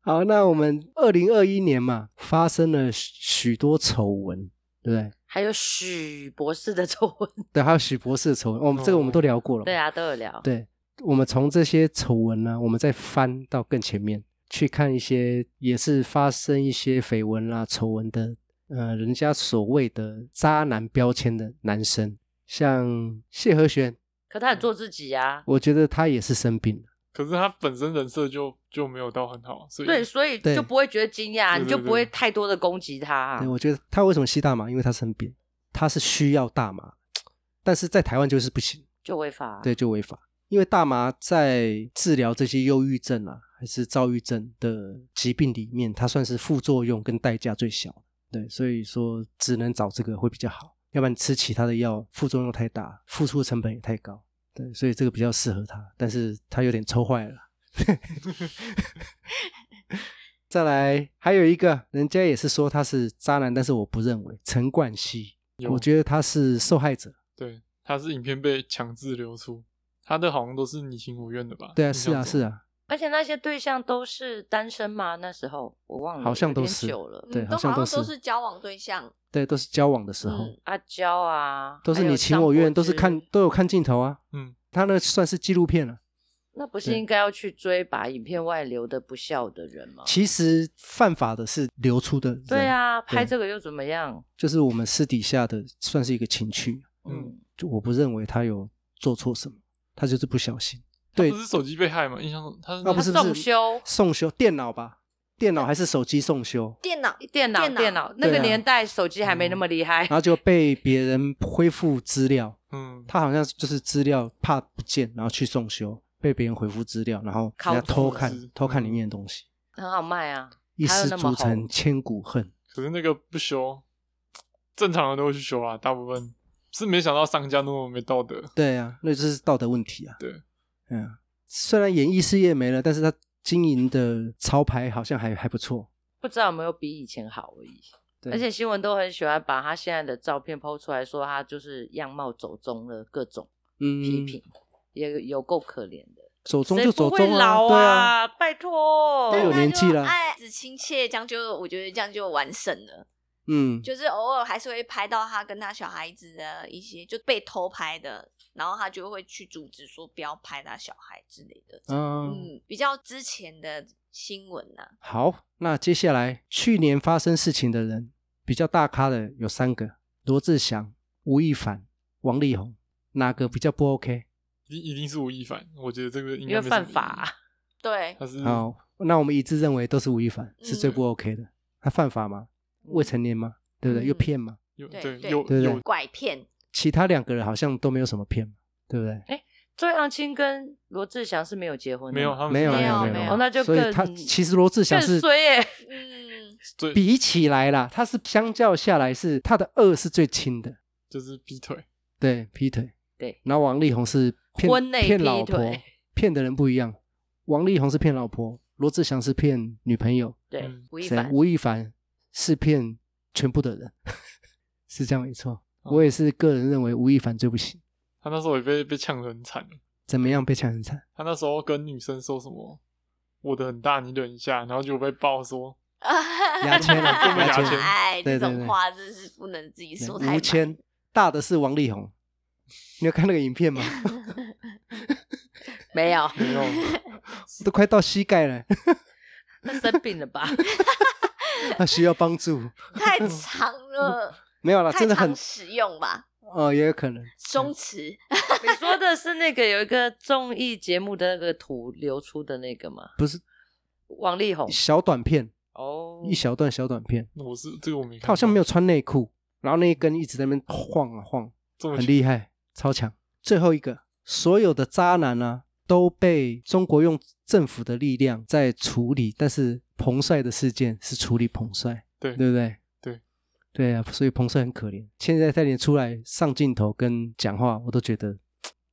Speaker 1: 好，那我们二零二一年嘛，发生了许多丑闻，对不对？
Speaker 3: 还有许博士的丑闻，
Speaker 1: 对，还有许博士的丑闻，我、们这个我们都聊过了。
Speaker 3: 对，啊，都有聊。
Speaker 1: 对，我们从这些丑闻呢，我们再翻到更前面去看一些也是发生一些绯闻啦、丑闻的，呃，人家所谓的渣男标签的男生，像谢和弦，
Speaker 3: 可他很做自己啊，
Speaker 1: 我觉得他也是生病了。
Speaker 4: 可是他本身人设就就没有到很好，啊所以
Speaker 3: 对，所以
Speaker 1: 对
Speaker 3: 就不会觉得惊讶，
Speaker 4: 对
Speaker 3: 你就
Speaker 4: 对对
Speaker 3: 不会太多的攻击他啊。
Speaker 1: 对，我觉得他为什么吸大麻？因为他生病，他是需要大麻，但是在台湾就是不行。
Speaker 3: 就啊违法。
Speaker 1: 对，就违法。因为大麻在治疗这些忧郁症啊，还是躁郁症的疾病里面，它算是副作用跟代价最小。对，所以说只能找这个会比较好，要不然吃其他的药副作用太大，付出的成本也太高。对，所以这个比较适合他，但是他有点抽坏了。 再来，还有一个人家也是说他是渣男，但是我不认为陈冠希，
Speaker 4: 有
Speaker 1: 我觉得他是受害者。
Speaker 4: 对他是影片被强制流出，他的好像都是你情我愿的吧？
Speaker 1: 对啊，
Speaker 4: 印
Speaker 1: 是
Speaker 4: 象
Speaker 1: 啊，
Speaker 4: 中
Speaker 1: 是，啊，
Speaker 3: 而且那些对象都是单身嘛，那时候我忘了，
Speaker 1: 好像
Speaker 3: 有
Speaker 1: 都
Speaker 3: 点
Speaker 1: 是
Speaker 3: 久了。
Speaker 1: 对
Speaker 5: 嗯
Speaker 1: 好像
Speaker 5: 好
Speaker 1: 都
Speaker 5: 像都
Speaker 1: 是
Speaker 5: 是交往对象，
Speaker 1: 对，都是交往的时候。
Speaker 5: 嗯
Speaker 3: 阿娇啊，
Speaker 1: 都是
Speaker 3: 还有
Speaker 1: 你情
Speaker 3: 张
Speaker 1: 我
Speaker 3: 柏
Speaker 1: 愿，都是
Speaker 3: 芝
Speaker 1: 看都有看镜头啊。
Speaker 4: 嗯，
Speaker 1: 他那算是纪录片了、
Speaker 3: 那不是
Speaker 1: 对
Speaker 3: 应该要去追把影片外流的不孝的人吗？
Speaker 1: 其实犯法的是流出的人，
Speaker 3: 哦对，啊，拍
Speaker 1: 对
Speaker 3: 这个又怎么样？
Speaker 1: 就是我们私底下的，算是一个情趣。
Speaker 4: 嗯
Speaker 3: 嗯，
Speaker 1: 就我不认为他有做错什么，他就是不小心。
Speaker 4: 他
Speaker 1: 对
Speaker 4: 不，是手机被害嘛？印象中他是
Speaker 1: 啊不
Speaker 3: 嗯他
Speaker 1: 是不是
Speaker 3: 送修
Speaker 1: 送修电脑吧，电脑还是手机送修，
Speaker 5: 电脑
Speaker 3: 电脑
Speaker 5: 电
Speaker 3: 电
Speaker 5: 脑
Speaker 3: 脑，那
Speaker 1: 对
Speaker 3: 个
Speaker 1: 啊
Speaker 3: 年代手机还没那么厉害
Speaker 1: 然。后就被别人恢复资料，
Speaker 4: 嗯，
Speaker 1: 他好像就是资料怕不见，然后去送修，被别人回复资料，然后人家
Speaker 3: 靠
Speaker 1: 偷
Speaker 3: 谱
Speaker 1: 看
Speaker 4: 是
Speaker 1: 偷
Speaker 3: 嗯
Speaker 1: 看里面的东西，
Speaker 3: 很好卖啊，
Speaker 1: 一
Speaker 3: 还有
Speaker 1: 失
Speaker 3: 那么
Speaker 1: 足成
Speaker 3: 红
Speaker 1: 千古恨。
Speaker 4: 可是那个不修，正常人都会去修啊，大部分是没想到商家那么没道德。
Speaker 1: 对啊，那就是道德问题啊。
Speaker 4: 对，
Speaker 1: 嗯，虽然演艺事业没了，但是他经营的潮牌好像还还不错。
Speaker 3: 不知道有没有比以前好而已。
Speaker 1: 对
Speaker 3: 而且新闻都很喜欢把他现在的照片剖出来，说他就是样貌走中了，各种批
Speaker 1: 嗯，
Speaker 3: 评，也有够可怜的。
Speaker 1: 走中
Speaker 3: 谁
Speaker 1: 就走
Speaker 3: 不会
Speaker 1: 中
Speaker 3: 老
Speaker 1: 对啊，，
Speaker 3: 拜托，
Speaker 1: 都有啊
Speaker 5: 那
Speaker 1: 年
Speaker 5: 就
Speaker 1: 纪了
Speaker 5: 爱子亲切，这样就我觉得这样就完胜了。
Speaker 1: 嗯，
Speaker 5: 就是偶尔还是会拍到他跟他小孩子的一些就被偷拍的，然后他就会去阻止说不要拍他小孩之类的。
Speaker 1: 嗯，
Speaker 5: 嗯，比较之前的新闻呐、
Speaker 1: 好，那接下来去年发生事情的人比较大咖的有三个：罗志祥、吴亦凡、王力宏，哪个比较不 OK？
Speaker 4: 一一定是吴亦凡，我觉得这个应
Speaker 3: 因
Speaker 4: 该
Speaker 3: 为
Speaker 4: 没什么
Speaker 3: 犯
Speaker 4: 疑
Speaker 3: 法
Speaker 4: 义
Speaker 3: 啊。
Speaker 5: 对，
Speaker 4: 他是
Speaker 1: 好，那我们一致认为都是吴亦凡是最
Speaker 5: 嗯
Speaker 1: 不 OK 的，他犯法吗？未成年吗？对不对？
Speaker 5: 嗯
Speaker 1: 又骗吗？
Speaker 4: 有
Speaker 5: 对
Speaker 4: 对
Speaker 5: 对
Speaker 4: 有
Speaker 1: 对
Speaker 4: 有
Speaker 5: 拐骗，
Speaker 1: 其他两个人好像都没有什么骗嘛，对不对？
Speaker 3: 周扬青跟罗志祥是没有结婚的，
Speaker 4: 没有他们
Speaker 1: 没有
Speaker 5: 没有
Speaker 1: 有
Speaker 5: 没
Speaker 1: 有，
Speaker 5: 有
Speaker 3: 哦那就
Speaker 1: 所以
Speaker 3: 更
Speaker 1: 他其实罗志祥
Speaker 3: 更
Speaker 1: 是
Speaker 3: 衰耶。
Speaker 5: 嗯，
Speaker 4: 最
Speaker 1: 比起来啦，他是相较下来是他的恶是最轻的，
Speaker 4: 就是劈腿，
Speaker 1: 对劈腿。
Speaker 3: 对，
Speaker 1: 然后王力宏是骗
Speaker 3: 婚内
Speaker 1: 骗
Speaker 3: 劈
Speaker 1: 老
Speaker 3: 腿
Speaker 1: 婆，骗的人不一样。王力宏是骗老婆，罗志祥是骗女朋友，
Speaker 3: 对
Speaker 4: 嗯，
Speaker 3: 吴亦
Speaker 1: 谁
Speaker 3: 凡，
Speaker 1: 吴亦凡是骗全部的人， 是这样没错。
Speaker 4: 哦
Speaker 1: 我也是个人认为吴亦凡最不行，
Speaker 4: 他那时候也被被呛得很惨。
Speaker 1: 怎么样被抢很惨。
Speaker 4: 他那时候跟女生说什么“我的很大，你忍一下”，然后就被爆说
Speaker 1: 牙签啊
Speaker 4: 根本牙签
Speaker 5: 哎，
Speaker 1: 对对
Speaker 5: 这种
Speaker 1: 对
Speaker 5: 话真是不能自己说太
Speaker 1: 吴
Speaker 5: 满。
Speaker 1: 谦大的是王力宏，你有看那个影片 吗？
Speaker 3: 没有，
Speaker 4: 没有，
Speaker 1: 都快到膝盖了，
Speaker 3: 那生病了 吧？
Speaker 1: 他需要帮助。
Speaker 5: 太长了，
Speaker 1: 没有啦，
Speaker 5: 太
Speaker 1: 真的很嗯
Speaker 5: 常使用吧，
Speaker 1: 哦，也有可能。
Speaker 5: 松弛。
Speaker 3: 你说的是那个有一个综艺节目的那个图流出的那个吗？
Speaker 1: 不是
Speaker 3: 王力宏
Speaker 1: 小短片，
Speaker 3: 哦，
Speaker 5: 嗯
Speaker 1: 一小段小短片，
Speaker 4: 我是这个我没看过，
Speaker 1: 他好像没有穿内裤，然后那一根一直在那边晃啊晃，
Speaker 4: 这么
Speaker 1: 很厉害，超强。最后一个，所有的渣男呢、都被中国用政府的力量在处理，但是彭帅的事件是处理彭帅，
Speaker 4: 对
Speaker 1: 对不对？
Speaker 4: 对。
Speaker 1: 对啊，所以彭帅很可怜。现在他连出来上镜头跟讲话，我都觉得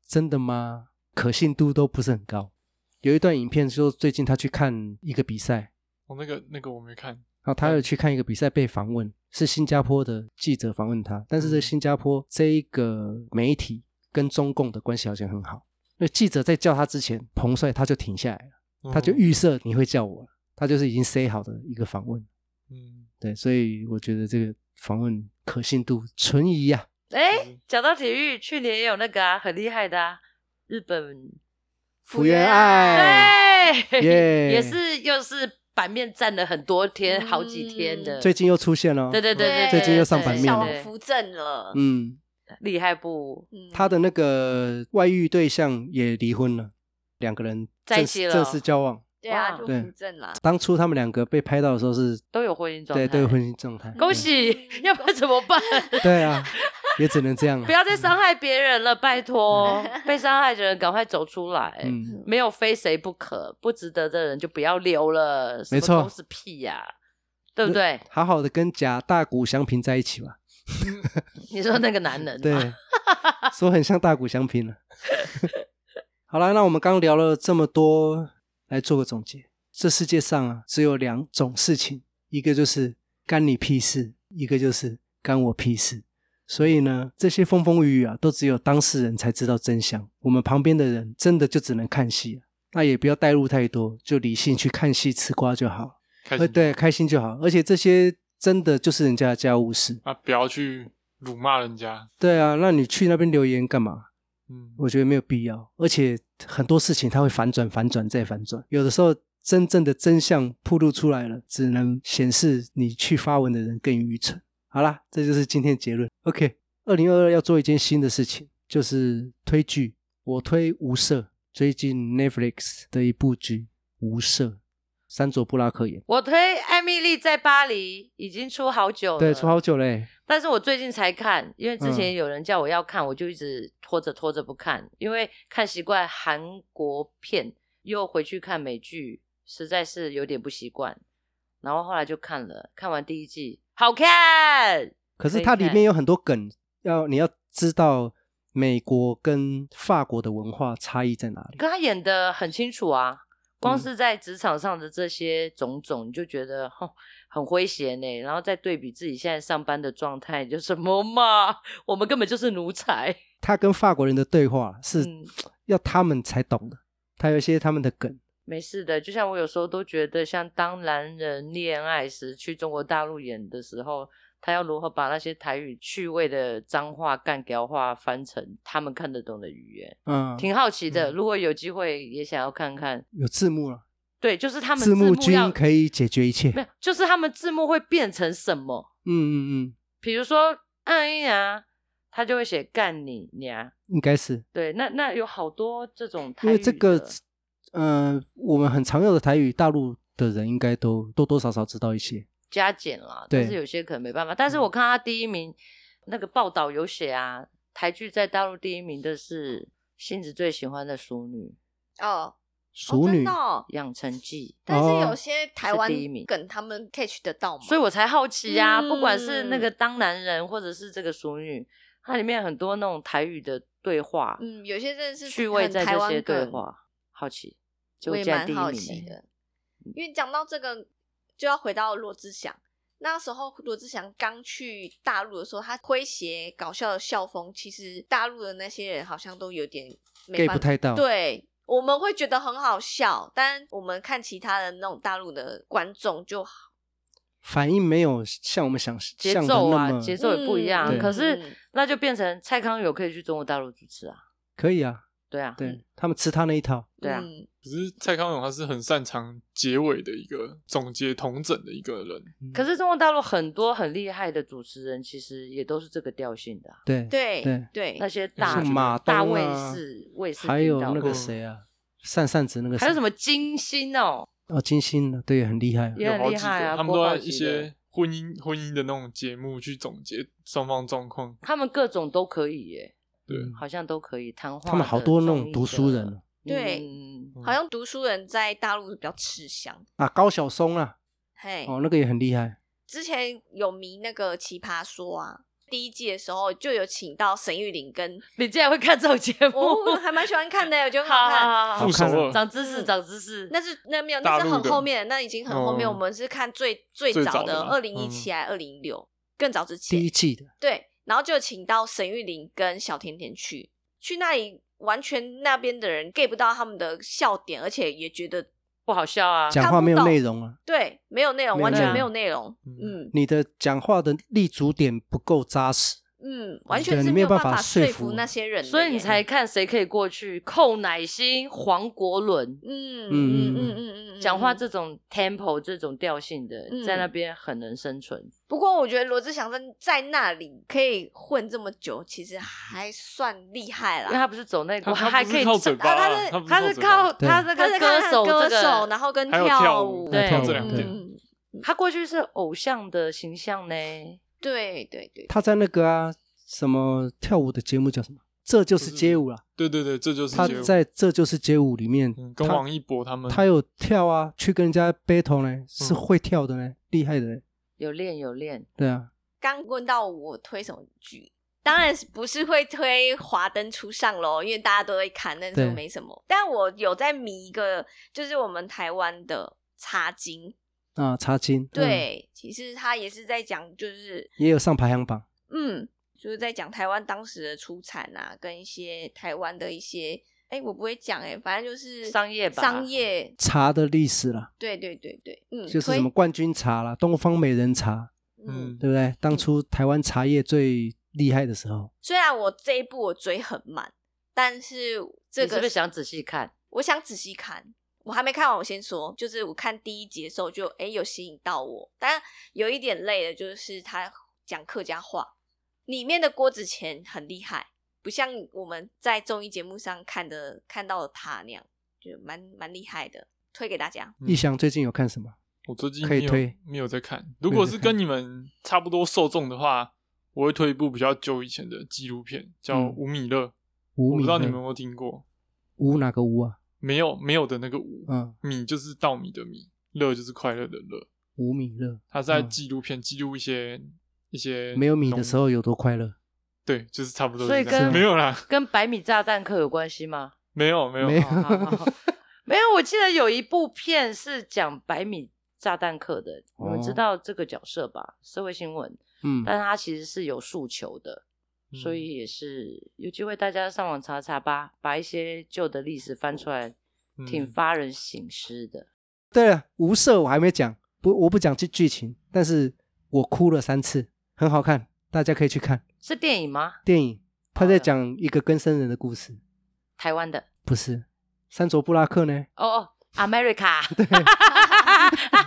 Speaker 1: 真的吗？可信度都不是很高。有一段影片说，最近他去看一个比赛，
Speaker 4: 哦，那个那个我没看，
Speaker 1: 然后
Speaker 3: 嗯
Speaker 1: 他有去看一个比赛被访
Speaker 3: 嗯
Speaker 1: 问，是新加坡的记者访问他，但是这新加坡这一个媒体跟中共的关系好像很好。那记者在叫他之前，彭帅他就停下来了，
Speaker 4: 嗯
Speaker 1: 他
Speaker 3: 哦
Speaker 1: 就预设你会叫我了，他就是已经 say 好的一个访问。
Speaker 4: 嗯，
Speaker 1: 对，所以我觉得这个访问可信度存疑啊呀、
Speaker 3: 哎，讲到体育，去年也有那个啊，很厉害的啊，日本
Speaker 1: 福原爱
Speaker 3: 对，
Speaker 1: 哎 耶
Speaker 3: 也是又是版面站了很多天，
Speaker 5: 嗯
Speaker 3: 好几天的，
Speaker 1: 最近又出现了、哦
Speaker 3: 对对对对，
Speaker 1: 最近又上版
Speaker 5: 是
Speaker 1: 面
Speaker 5: 小
Speaker 1: 了
Speaker 5: 王扶正了，
Speaker 1: 嗯，
Speaker 3: 厉害不？
Speaker 5: 嗯
Speaker 1: 他的那个外遇对象也离婚了，两个人
Speaker 3: 在
Speaker 1: 正
Speaker 3: 一起了
Speaker 1: 正式交往。
Speaker 5: 对啊，
Speaker 3: 哇
Speaker 5: 就
Speaker 1: 对
Speaker 5: 扶正啦。
Speaker 1: 当初他们两个被拍到的时候是
Speaker 3: 都有婚姻状态
Speaker 1: 对，都有婚姻状态。
Speaker 3: 恭喜，
Speaker 5: 嗯
Speaker 3: 要不然怎么办？
Speaker 1: 对对啊，也只能这样了。啊
Speaker 3: 不要再伤害别人了，拜托！被伤害的人赶快走出来，
Speaker 1: 嗯，
Speaker 3: 没有非谁不可，不值得的人就不要留了，什么
Speaker 1: 没错
Speaker 3: 都是屁呀、对不对？
Speaker 1: 好好的跟假大谷祥平在一起吧。
Speaker 3: 你说那个男人，
Speaker 1: 对，说很像大谷祥平了。好啦，那我们刚聊了这么多，来做个总结。这世界上啊，只有两种事情，一个就是干你屁事，一个就是干我屁事。所以呢，这些风风雨雨啊，都只有当事人才知道真相。我们旁边的人真的就只能看戏、啊，那也不要带入太多，就理性去看戏吃瓜就好。
Speaker 4: 开
Speaker 1: 呃，
Speaker 4: 心
Speaker 1: 对，开心就好。而且这些真的就是人家的家务事。
Speaker 4: 啊，不要去辱骂人家，
Speaker 1: 对啊，那你去那边留言干嘛？
Speaker 4: 嗯，
Speaker 1: 我觉得没有必要。而且很多事情它会反转、反转再反转。有的时候，真正的真相暴露出来了，只能显示你去发文的人更愚蠢。好啦，这就是今天的结论。OK，二零二二要做一件新的事情，就是推剧。我推《无赦》，最近 Netflix 的一部剧《无赦》，山卓布拉克演。
Speaker 3: 我推《艾米丽在巴黎》已经出好久了，
Speaker 1: 对，出好久嘞、欸。
Speaker 3: 但是我最近才看，因为之
Speaker 1: 嗯
Speaker 3: 前有人叫我要看，我就一直拖着拖着不看，因为看习惯韩国片，又回去看美剧，实在是有点不习惯。然后后来就看了，看完第一季，好看。
Speaker 1: 可是
Speaker 3: 可以
Speaker 1: 它里
Speaker 3: 看
Speaker 1: 面有很多梗，要你要知道美国跟法国的文化差异在哪里。
Speaker 3: 可他演的很清楚啊，光
Speaker 1: 嗯
Speaker 3: 是在职场上的这些种种，你就觉得哦很诙谐呢。然后再对比自己现在上班的状态，就什么嘛，我们根本就是奴才。
Speaker 1: 他跟法国人的对话是
Speaker 3: 嗯
Speaker 1: 要他们才懂的，他有一些他们的梗。
Speaker 3: 没事的，就像我有时候都觉得，像当男人恋爱时去中国大陆演的时候，他要如何把那些台语趣味的脏话、干屌话翻成他们看得懂的语言，
Speaker 1: 嗯，
Speaker 3: 挺好奇的。
Speaker 1: 嗯
Speaker 3: 如果有机会，也想要看看。
Speaker 1: 有字幕了，
Speaker 3: 对，就是他们
Speaker 1: 字幕
Speaker 3: 要
Speaker 1: 君可以解决一切。
Speaker 3: 没有，就是他们字幕会变成什么？
Speaker 1: 嗯嗯嗯，
Speaker 3: 比如说“哎呀”，他就会写“干你娘
Speaker 1: 应该是”。
Speaker 3: 对，那那有好多这种台
Speaker 1: 因为
Speaker 3: 语的，
Speaker 1: 这个，呃，我们很常用的台语，大陆的人应该都多多少少知道一
Speaker 3: 哦
Speaker 1: 些。
Speaker 3: 加减啦，但
Speaker 1: 对
Speaker 3: 是有些可能没办法。但
Speaker 5: 嗯
Speaker 3: 是我看他第一名那个报道有写啊，台剧在大陆第一名的是杏子最喜欢的熟女
Speaker 5: 哦，
Speaker 1: 熟
Speaker 5: 哦真
Speaker 1: 女，
Speaker 5: 的哦
Speaker 3: 养成记，
Speaker 5: 但是
Speaker 1: 哦
Speaker 5: 有些台湾
Speaker 3: 是第一名
Speaker 5: 梗他们 catch 得到吗？
Speaker 3: 所以我才好奇
Speaker 5: 哦
Speaker 3: 啊，
Speaker 5: 嗯
Speaker 3: 不管是那个当男人或者是这个熟女，它里面很多那种台语的对话，
Speaker 5: 嗯，有些真的是
Speaker 3: 趣味
Speaker 5: 很
Speaker 3: 在
Speaker 5: 台
Speaker 3: 这
Speaker 5: 湾
Speaker 3: 些对
Speaker 5: 梗，
Speaker 3: 话，好奇，就
Speaker 5: 我也
Speaker 3: 竟然
Speaker 5: 蛮
Speaker 3: 第一
Speaker 5: 好
Speaker 3: 名
Speaker 5: 奇
Speaker 3: 欸
Speaker 5: 的。因为讲到这个，就要回到罗志祥。那时候罗志祥刚去大陆的时候，他诙谐搞笑的校风，其实大陆的那些人好像都有点没
Speaker 1: get
Speaker 5: 办
Speaker 1: 不
Speaker 5: 法。
Speaker 1: 太到。，
Speaker 5: 对，我们会觉得很好笑，但我们看其他的那种大陆的观众就
Speaker 1: 反应没有像我们想
Speaker 3: 节
Speaker 1: 象的
Speaker 3: 奏
Speaker 1: 那
Speaker 3: 啊，
Speaker 1: 么
Speaker 3: 节奏也不一样。
Speaker 1: 嗯
Speaker 3: 可是
Speaker 5: 对
Speaker 3: 那就变成蔡康永可以去中国大陆主持啊，
Speaker 1: 可以啊。
Speaker 3: 对啊，
Speaker 1: 对他们吃他那一套。
Speaker 3: 对啊
Speaker 5: 嗯
Speaker 4: 可是蔡康永他是很擅长结尾的一个总结同整的一个人，
Speaker 1: 嗯
Speaker 3: 可是中国大陆很多很厉害的主持人，其实也都是这个调性的啊、
Speaker 1: 对
Speaker 5: 对
Speaker 1: 对
Speaker 5: 对
Speaker 3: 那，些大
Speaker 1: 像马东
Speaker 3: 大
Speaker 1: 啊
Speaker 3: 卫士、卫士频道的，哦
Speaker 1: 还有那个
Speaker 4: 嗯
Speaker 1: 谁啊，善善子那个谁，
Speaker 3: 还有什么金星哦，
Speaker 1: 哦，金星的，对，很厉害啊。
Speaker 3: 也
Speaker 4: 有
Speaker 3: 很
Speaker 4: 好
Speaker 3: 厉
Speaker 4: 几
Speaker 3: 害啊
Speaker 4: 个，他们
Speaker 3: 播
Speaker 4: 都
Speaker 3: 报
Speaker 4: 在
Speaker 3: 级
Speaker 4: 一
Speaker 3: 的
Speaker 4: 些婚姻婚姻的那种节目去总结双方状况，
Speaker 3: 他们各种都可以耶，
Speaker 4: 对，
Speaker 1: 嗯
Speaker 3: 好像都可以谈话的。
Speaker 1: 他们好多那
Speaker 3: 综
Speaker 1: 种
Speaker 3: 艺
Speaker 1: 读
Speaker 3: 的
Speaker 1: 书人，哦啊
Speaker 5: 对
Speaker 3: 嗯
Speaker 5: 好像读书人在大陆比较吃香。
Speaker 1: 啊，高晓松啊，
Speaker 5: 嘿，
Speaker 1: 哦，那个也很厉害。
Speaker 5: 之前有迷那个《奇葩说》啊，第一季的时候就有请到沈玉琳 跟
Speaker 3: 你竟然会看这种节目，
Speaker 5: 我还蛮喜欢看的，我觉嗯哦得很
Speaker 3: 好
Speaker 5: 好看。
Speaker 3: 好好
Speaker 1: 好
Speaker 4: 副手
Speaker 1: 看啊
Speaker 4: 二
Speaker 3: 长知识，
Speaker 5: 嗯
Speaker 3: 长知识。
Speaker 5: 那是那没有，
Speaker 4: 大
Speaker 5: 那是
Speaker 4: 陆
Speaker 5: 很
Speaker 4: 的
Speaker 5: 后面的，那已经很后面。
Speaker 4: 哦
Speaker 5: 我们是看最最
Speaker 4: 最
Speaker 5: 早
Speaker 4: 早的
Speaker 5: 的
Speaker 4: 嘛
Speaker 5: 二零一七
Speaker 4: 嗯
Speaker 5: 还二零一六，更早之前
Speaker 1: 第一季的，
Speaker 5: 对，然后就请到沈玉琳跟小甜甜去。去那里完全那边的人 get 不到他们的笑点，而且也觉得
Speaker 3: 不好笑啊。
Speaker 1: 讲话没有内容啊，
Speaker 5: 对没有内容，
Speaker 1: 没
Speaker 5: 完
Speaker 3: 内
Speaker 5: 全
Speaker 3: 容
Speaker 5: 没有内容。
Speaker 4: 嗯
Speaker 5: 嗯
Speaker 1: 你的讲话的立足点不够扎实。
Speaker 5: 嗯，完
Speaker 1: 对
Speaker 5: 全
Speaker 1: 你
Speaker 5: 是
Speaker 1: 没有
Speaker 5: 办
Speaker 1: 办法
Speaker 5: 说
Speaker 1: 说
Speaker 5: 服
Speaker 1: 服
Speaker 5: 那些人的耶，
Speaker 3: 所以你才看谁可以过去，寇乃馨、黄国伦
Speaker 5: 嗯
Speaker 1: 嗯嗯
Speaker 5: 嗯嗯
Speaker 1: 嗯
Speaker 5: 嗯嗯，
Speaker 3: 讲话
Speaker 5: 嗯
Speaker 3: 这种 tempo 这种调性的，
Speaker 5: 嗯
Speaker 3: 在那边很能生存。
Speaker 5: 不过我觉得罗志祥在在那里可以混这么久，其实还算厉害
Speaker 3: 因为
Speaker 5: 啦。
Speaker 3: 他不是走那
Speaker 4: 他
Speaker 3: 个，
Speaker 4: 他
Speaker 3: 还
Speaker 4: 不
Speaker 3: 可
Speaker 4: 是
Speaker 3: 以
Speaker 4: 靠
Speaker 3: 走
Speaker 4: 嘴巴
Speaker 5: 啊
Speaker 4: 啊，
Speaker 5: 他
Speaker 4: 不
Speaker 3: 他
Speaker 4: 是
Speaker 3: 是
Speaker 4: 嘴巴
Speaker 3: 靠
Speaker 1: 对
Speaker 3: 他是靠
Speaker 5: 他是看
Speaker 3: 手
Speaker 5: 歌
Speaker 3: 这
Speaker 5: 手，
Speaker 3: 个，
Speaker 5: 然后跟
Speaker 4: 还有跳
Speaker 5: 舞，
Speaker 4: 舞
Speaker 3: 对
Speaker 1: 跳舞
Speaker 4: 这两
Speaker 1: 对
Speaker 5: 嗯，
Speaker 3: 他过去是偶像的形象呢。
Speaker 5: 对对对，
Speaker 1: 他在那个啊什么跳舞的节目叫什么？这就是街舞啦。
Speaker 4: 对对对，这就是
Speaker 1: 他
Speaker 4: 街舞
Speaker 1: 在这就是街舞里面，
Speaker 4: 嗯跟
Speaker 1: 他
Speaker 4: 王一博他们
Speaker 1: 他有跳啊，去跟人家 battle 呢，
Speaker 4: 嗯
Speaker 1: 是会跳的呢，厉害的呢。
Speaker 3: 有练有练，
Speaker 1: 对啊，
Speaker 5: 刚问到我推什么剧，当然是不是会推《华灯初上》喽，因为大家都会看，那时候
Speaker 1: 对
Speaker 5: 没什么。但我有在迷一个，就是我们台湾的《茶经》，
Speaker 3: 嗯
Speaker 1: 啊，查金，嗯
Speaker 5: 对，其实他也是在讲，就是
Speaker 1: 也有上排行榜。
Speaker 5: 嗯，就是在讲台湾当时的出产啊，跟一些台湾的一些，哎、我不会讲哎、反正就是
Speaker 3: 商业吧
Speaker 5: 商业，
Speaker 1: 茶的历史啦，
Speaker 5: 对对对对，嗯，
Speaker 1: 就是
Speaker 5: 推
Speaker 1: 什么冠军茶啦、东方美人茶，
Speaker 5: 嗯
Speaker 4: 嗯，
Speaker 1: 对不对？当初台湾茶叶最厉害的时候，
Speaker 5: 虽然我这一部我追很慢，但是这
Speaker 3: 你
Speaker 5: 个
Speaker 3: 是不是想仔细看？
Speaker 5: 我想仔细看，我还没看完，我先说，就是我看第一集的时候就哎、有吸引到我，但有一点累的就是他讲客家话，里面的郭子乾很厉害，不像我们在综艺节目上看的看到的他那样，就蛮蛮厉害的，推给大家。
Speaker 4: 嗯
Speaker 1: 逸翔最近有看什么？
Speaker 4: 我最近
Speaker 1: 可以
Speaker 4: 没有
Speaker 1: 推
Speaker 4: 没有在看。如果是跟你们差不多受众的话，我会推一部比较久以前的纪录片，叫
Speaker 1: 嗯
Speaker 4: 《吴米勒》，
Speaker 1: 吴
Speaker 4: 我不
Speaker 1: 米
Speaker 4: 知
Speaker 1: 勒
Speaker 4: 道你们有没有听过？
Speaker 1: 吴哪个吴啊？
Speaker 4: 没有没有的那个吴，
Speaker 1: 嗯，
Speaker 4: 米就是稻米的米，乐就是快乐的乐。
Speaker 1: 吴米勒。
Speaker 4: 他在
Speaker 1: 嗯
Speaker 4: 纪录片记录一些一些
Speaker 1: 没有米的
Speaker 4: 农
Speaker 1: 时，候有多快乐？
Speaker 4: 对，就是差不多
Speaker 3: 所以
Speaker 4: 是这样。
Speaker 1: 跟
Speaker 4: 没有啦，
Speaker 3: 跟百米炸弹客有关系吗？哦
Speaker 4: 没有没有
Speaker 1: 没有
Speaker 3: 好好好没有，我记得有一部片是讲百米炸弹客的，你们
Speaker 1: 哦
Speaker 3: 知道这个角色吧？社会新闻，
Speaker 1: 嗯，
Speaker 3: 但他其实是有诉求的，
Speaker 4: 嗯
Speaker 3: 所以也是有机会大家上网查查吧，把一些旧的历史翻出来，
Speaker 4: 嗯
Speaker 3: 挺发人省思的。
Speaker 1: 对了，无色我还没讲，不，我不讲剧剧情，但是我哭了三次，很好看，大家可以去看
Speaker 3: 是电影吗？
Speaker 1: 电影。他在讲一个更生人的故事，
Speaker 3: 台湾的？
Speaker 1: 不是山卓布拉克呢？
Speaker 3: 哦哦，America。对。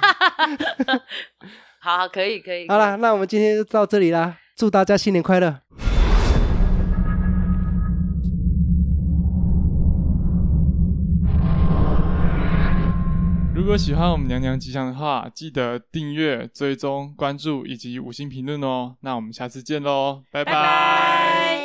Speaker 3: 好好，可以可以。
Speaker 1: 好啦，
Speaker 3: 可以，
Speaker 1: 那我们今天就到这里啦，祝大家新年快乐！
Speaker 4: 如果喜欢我们娘娘吉祥的话，记得订阅、追踪、关注以及五星评论哦。那我们下次见喽，拜
Speaker 3: 拜拜。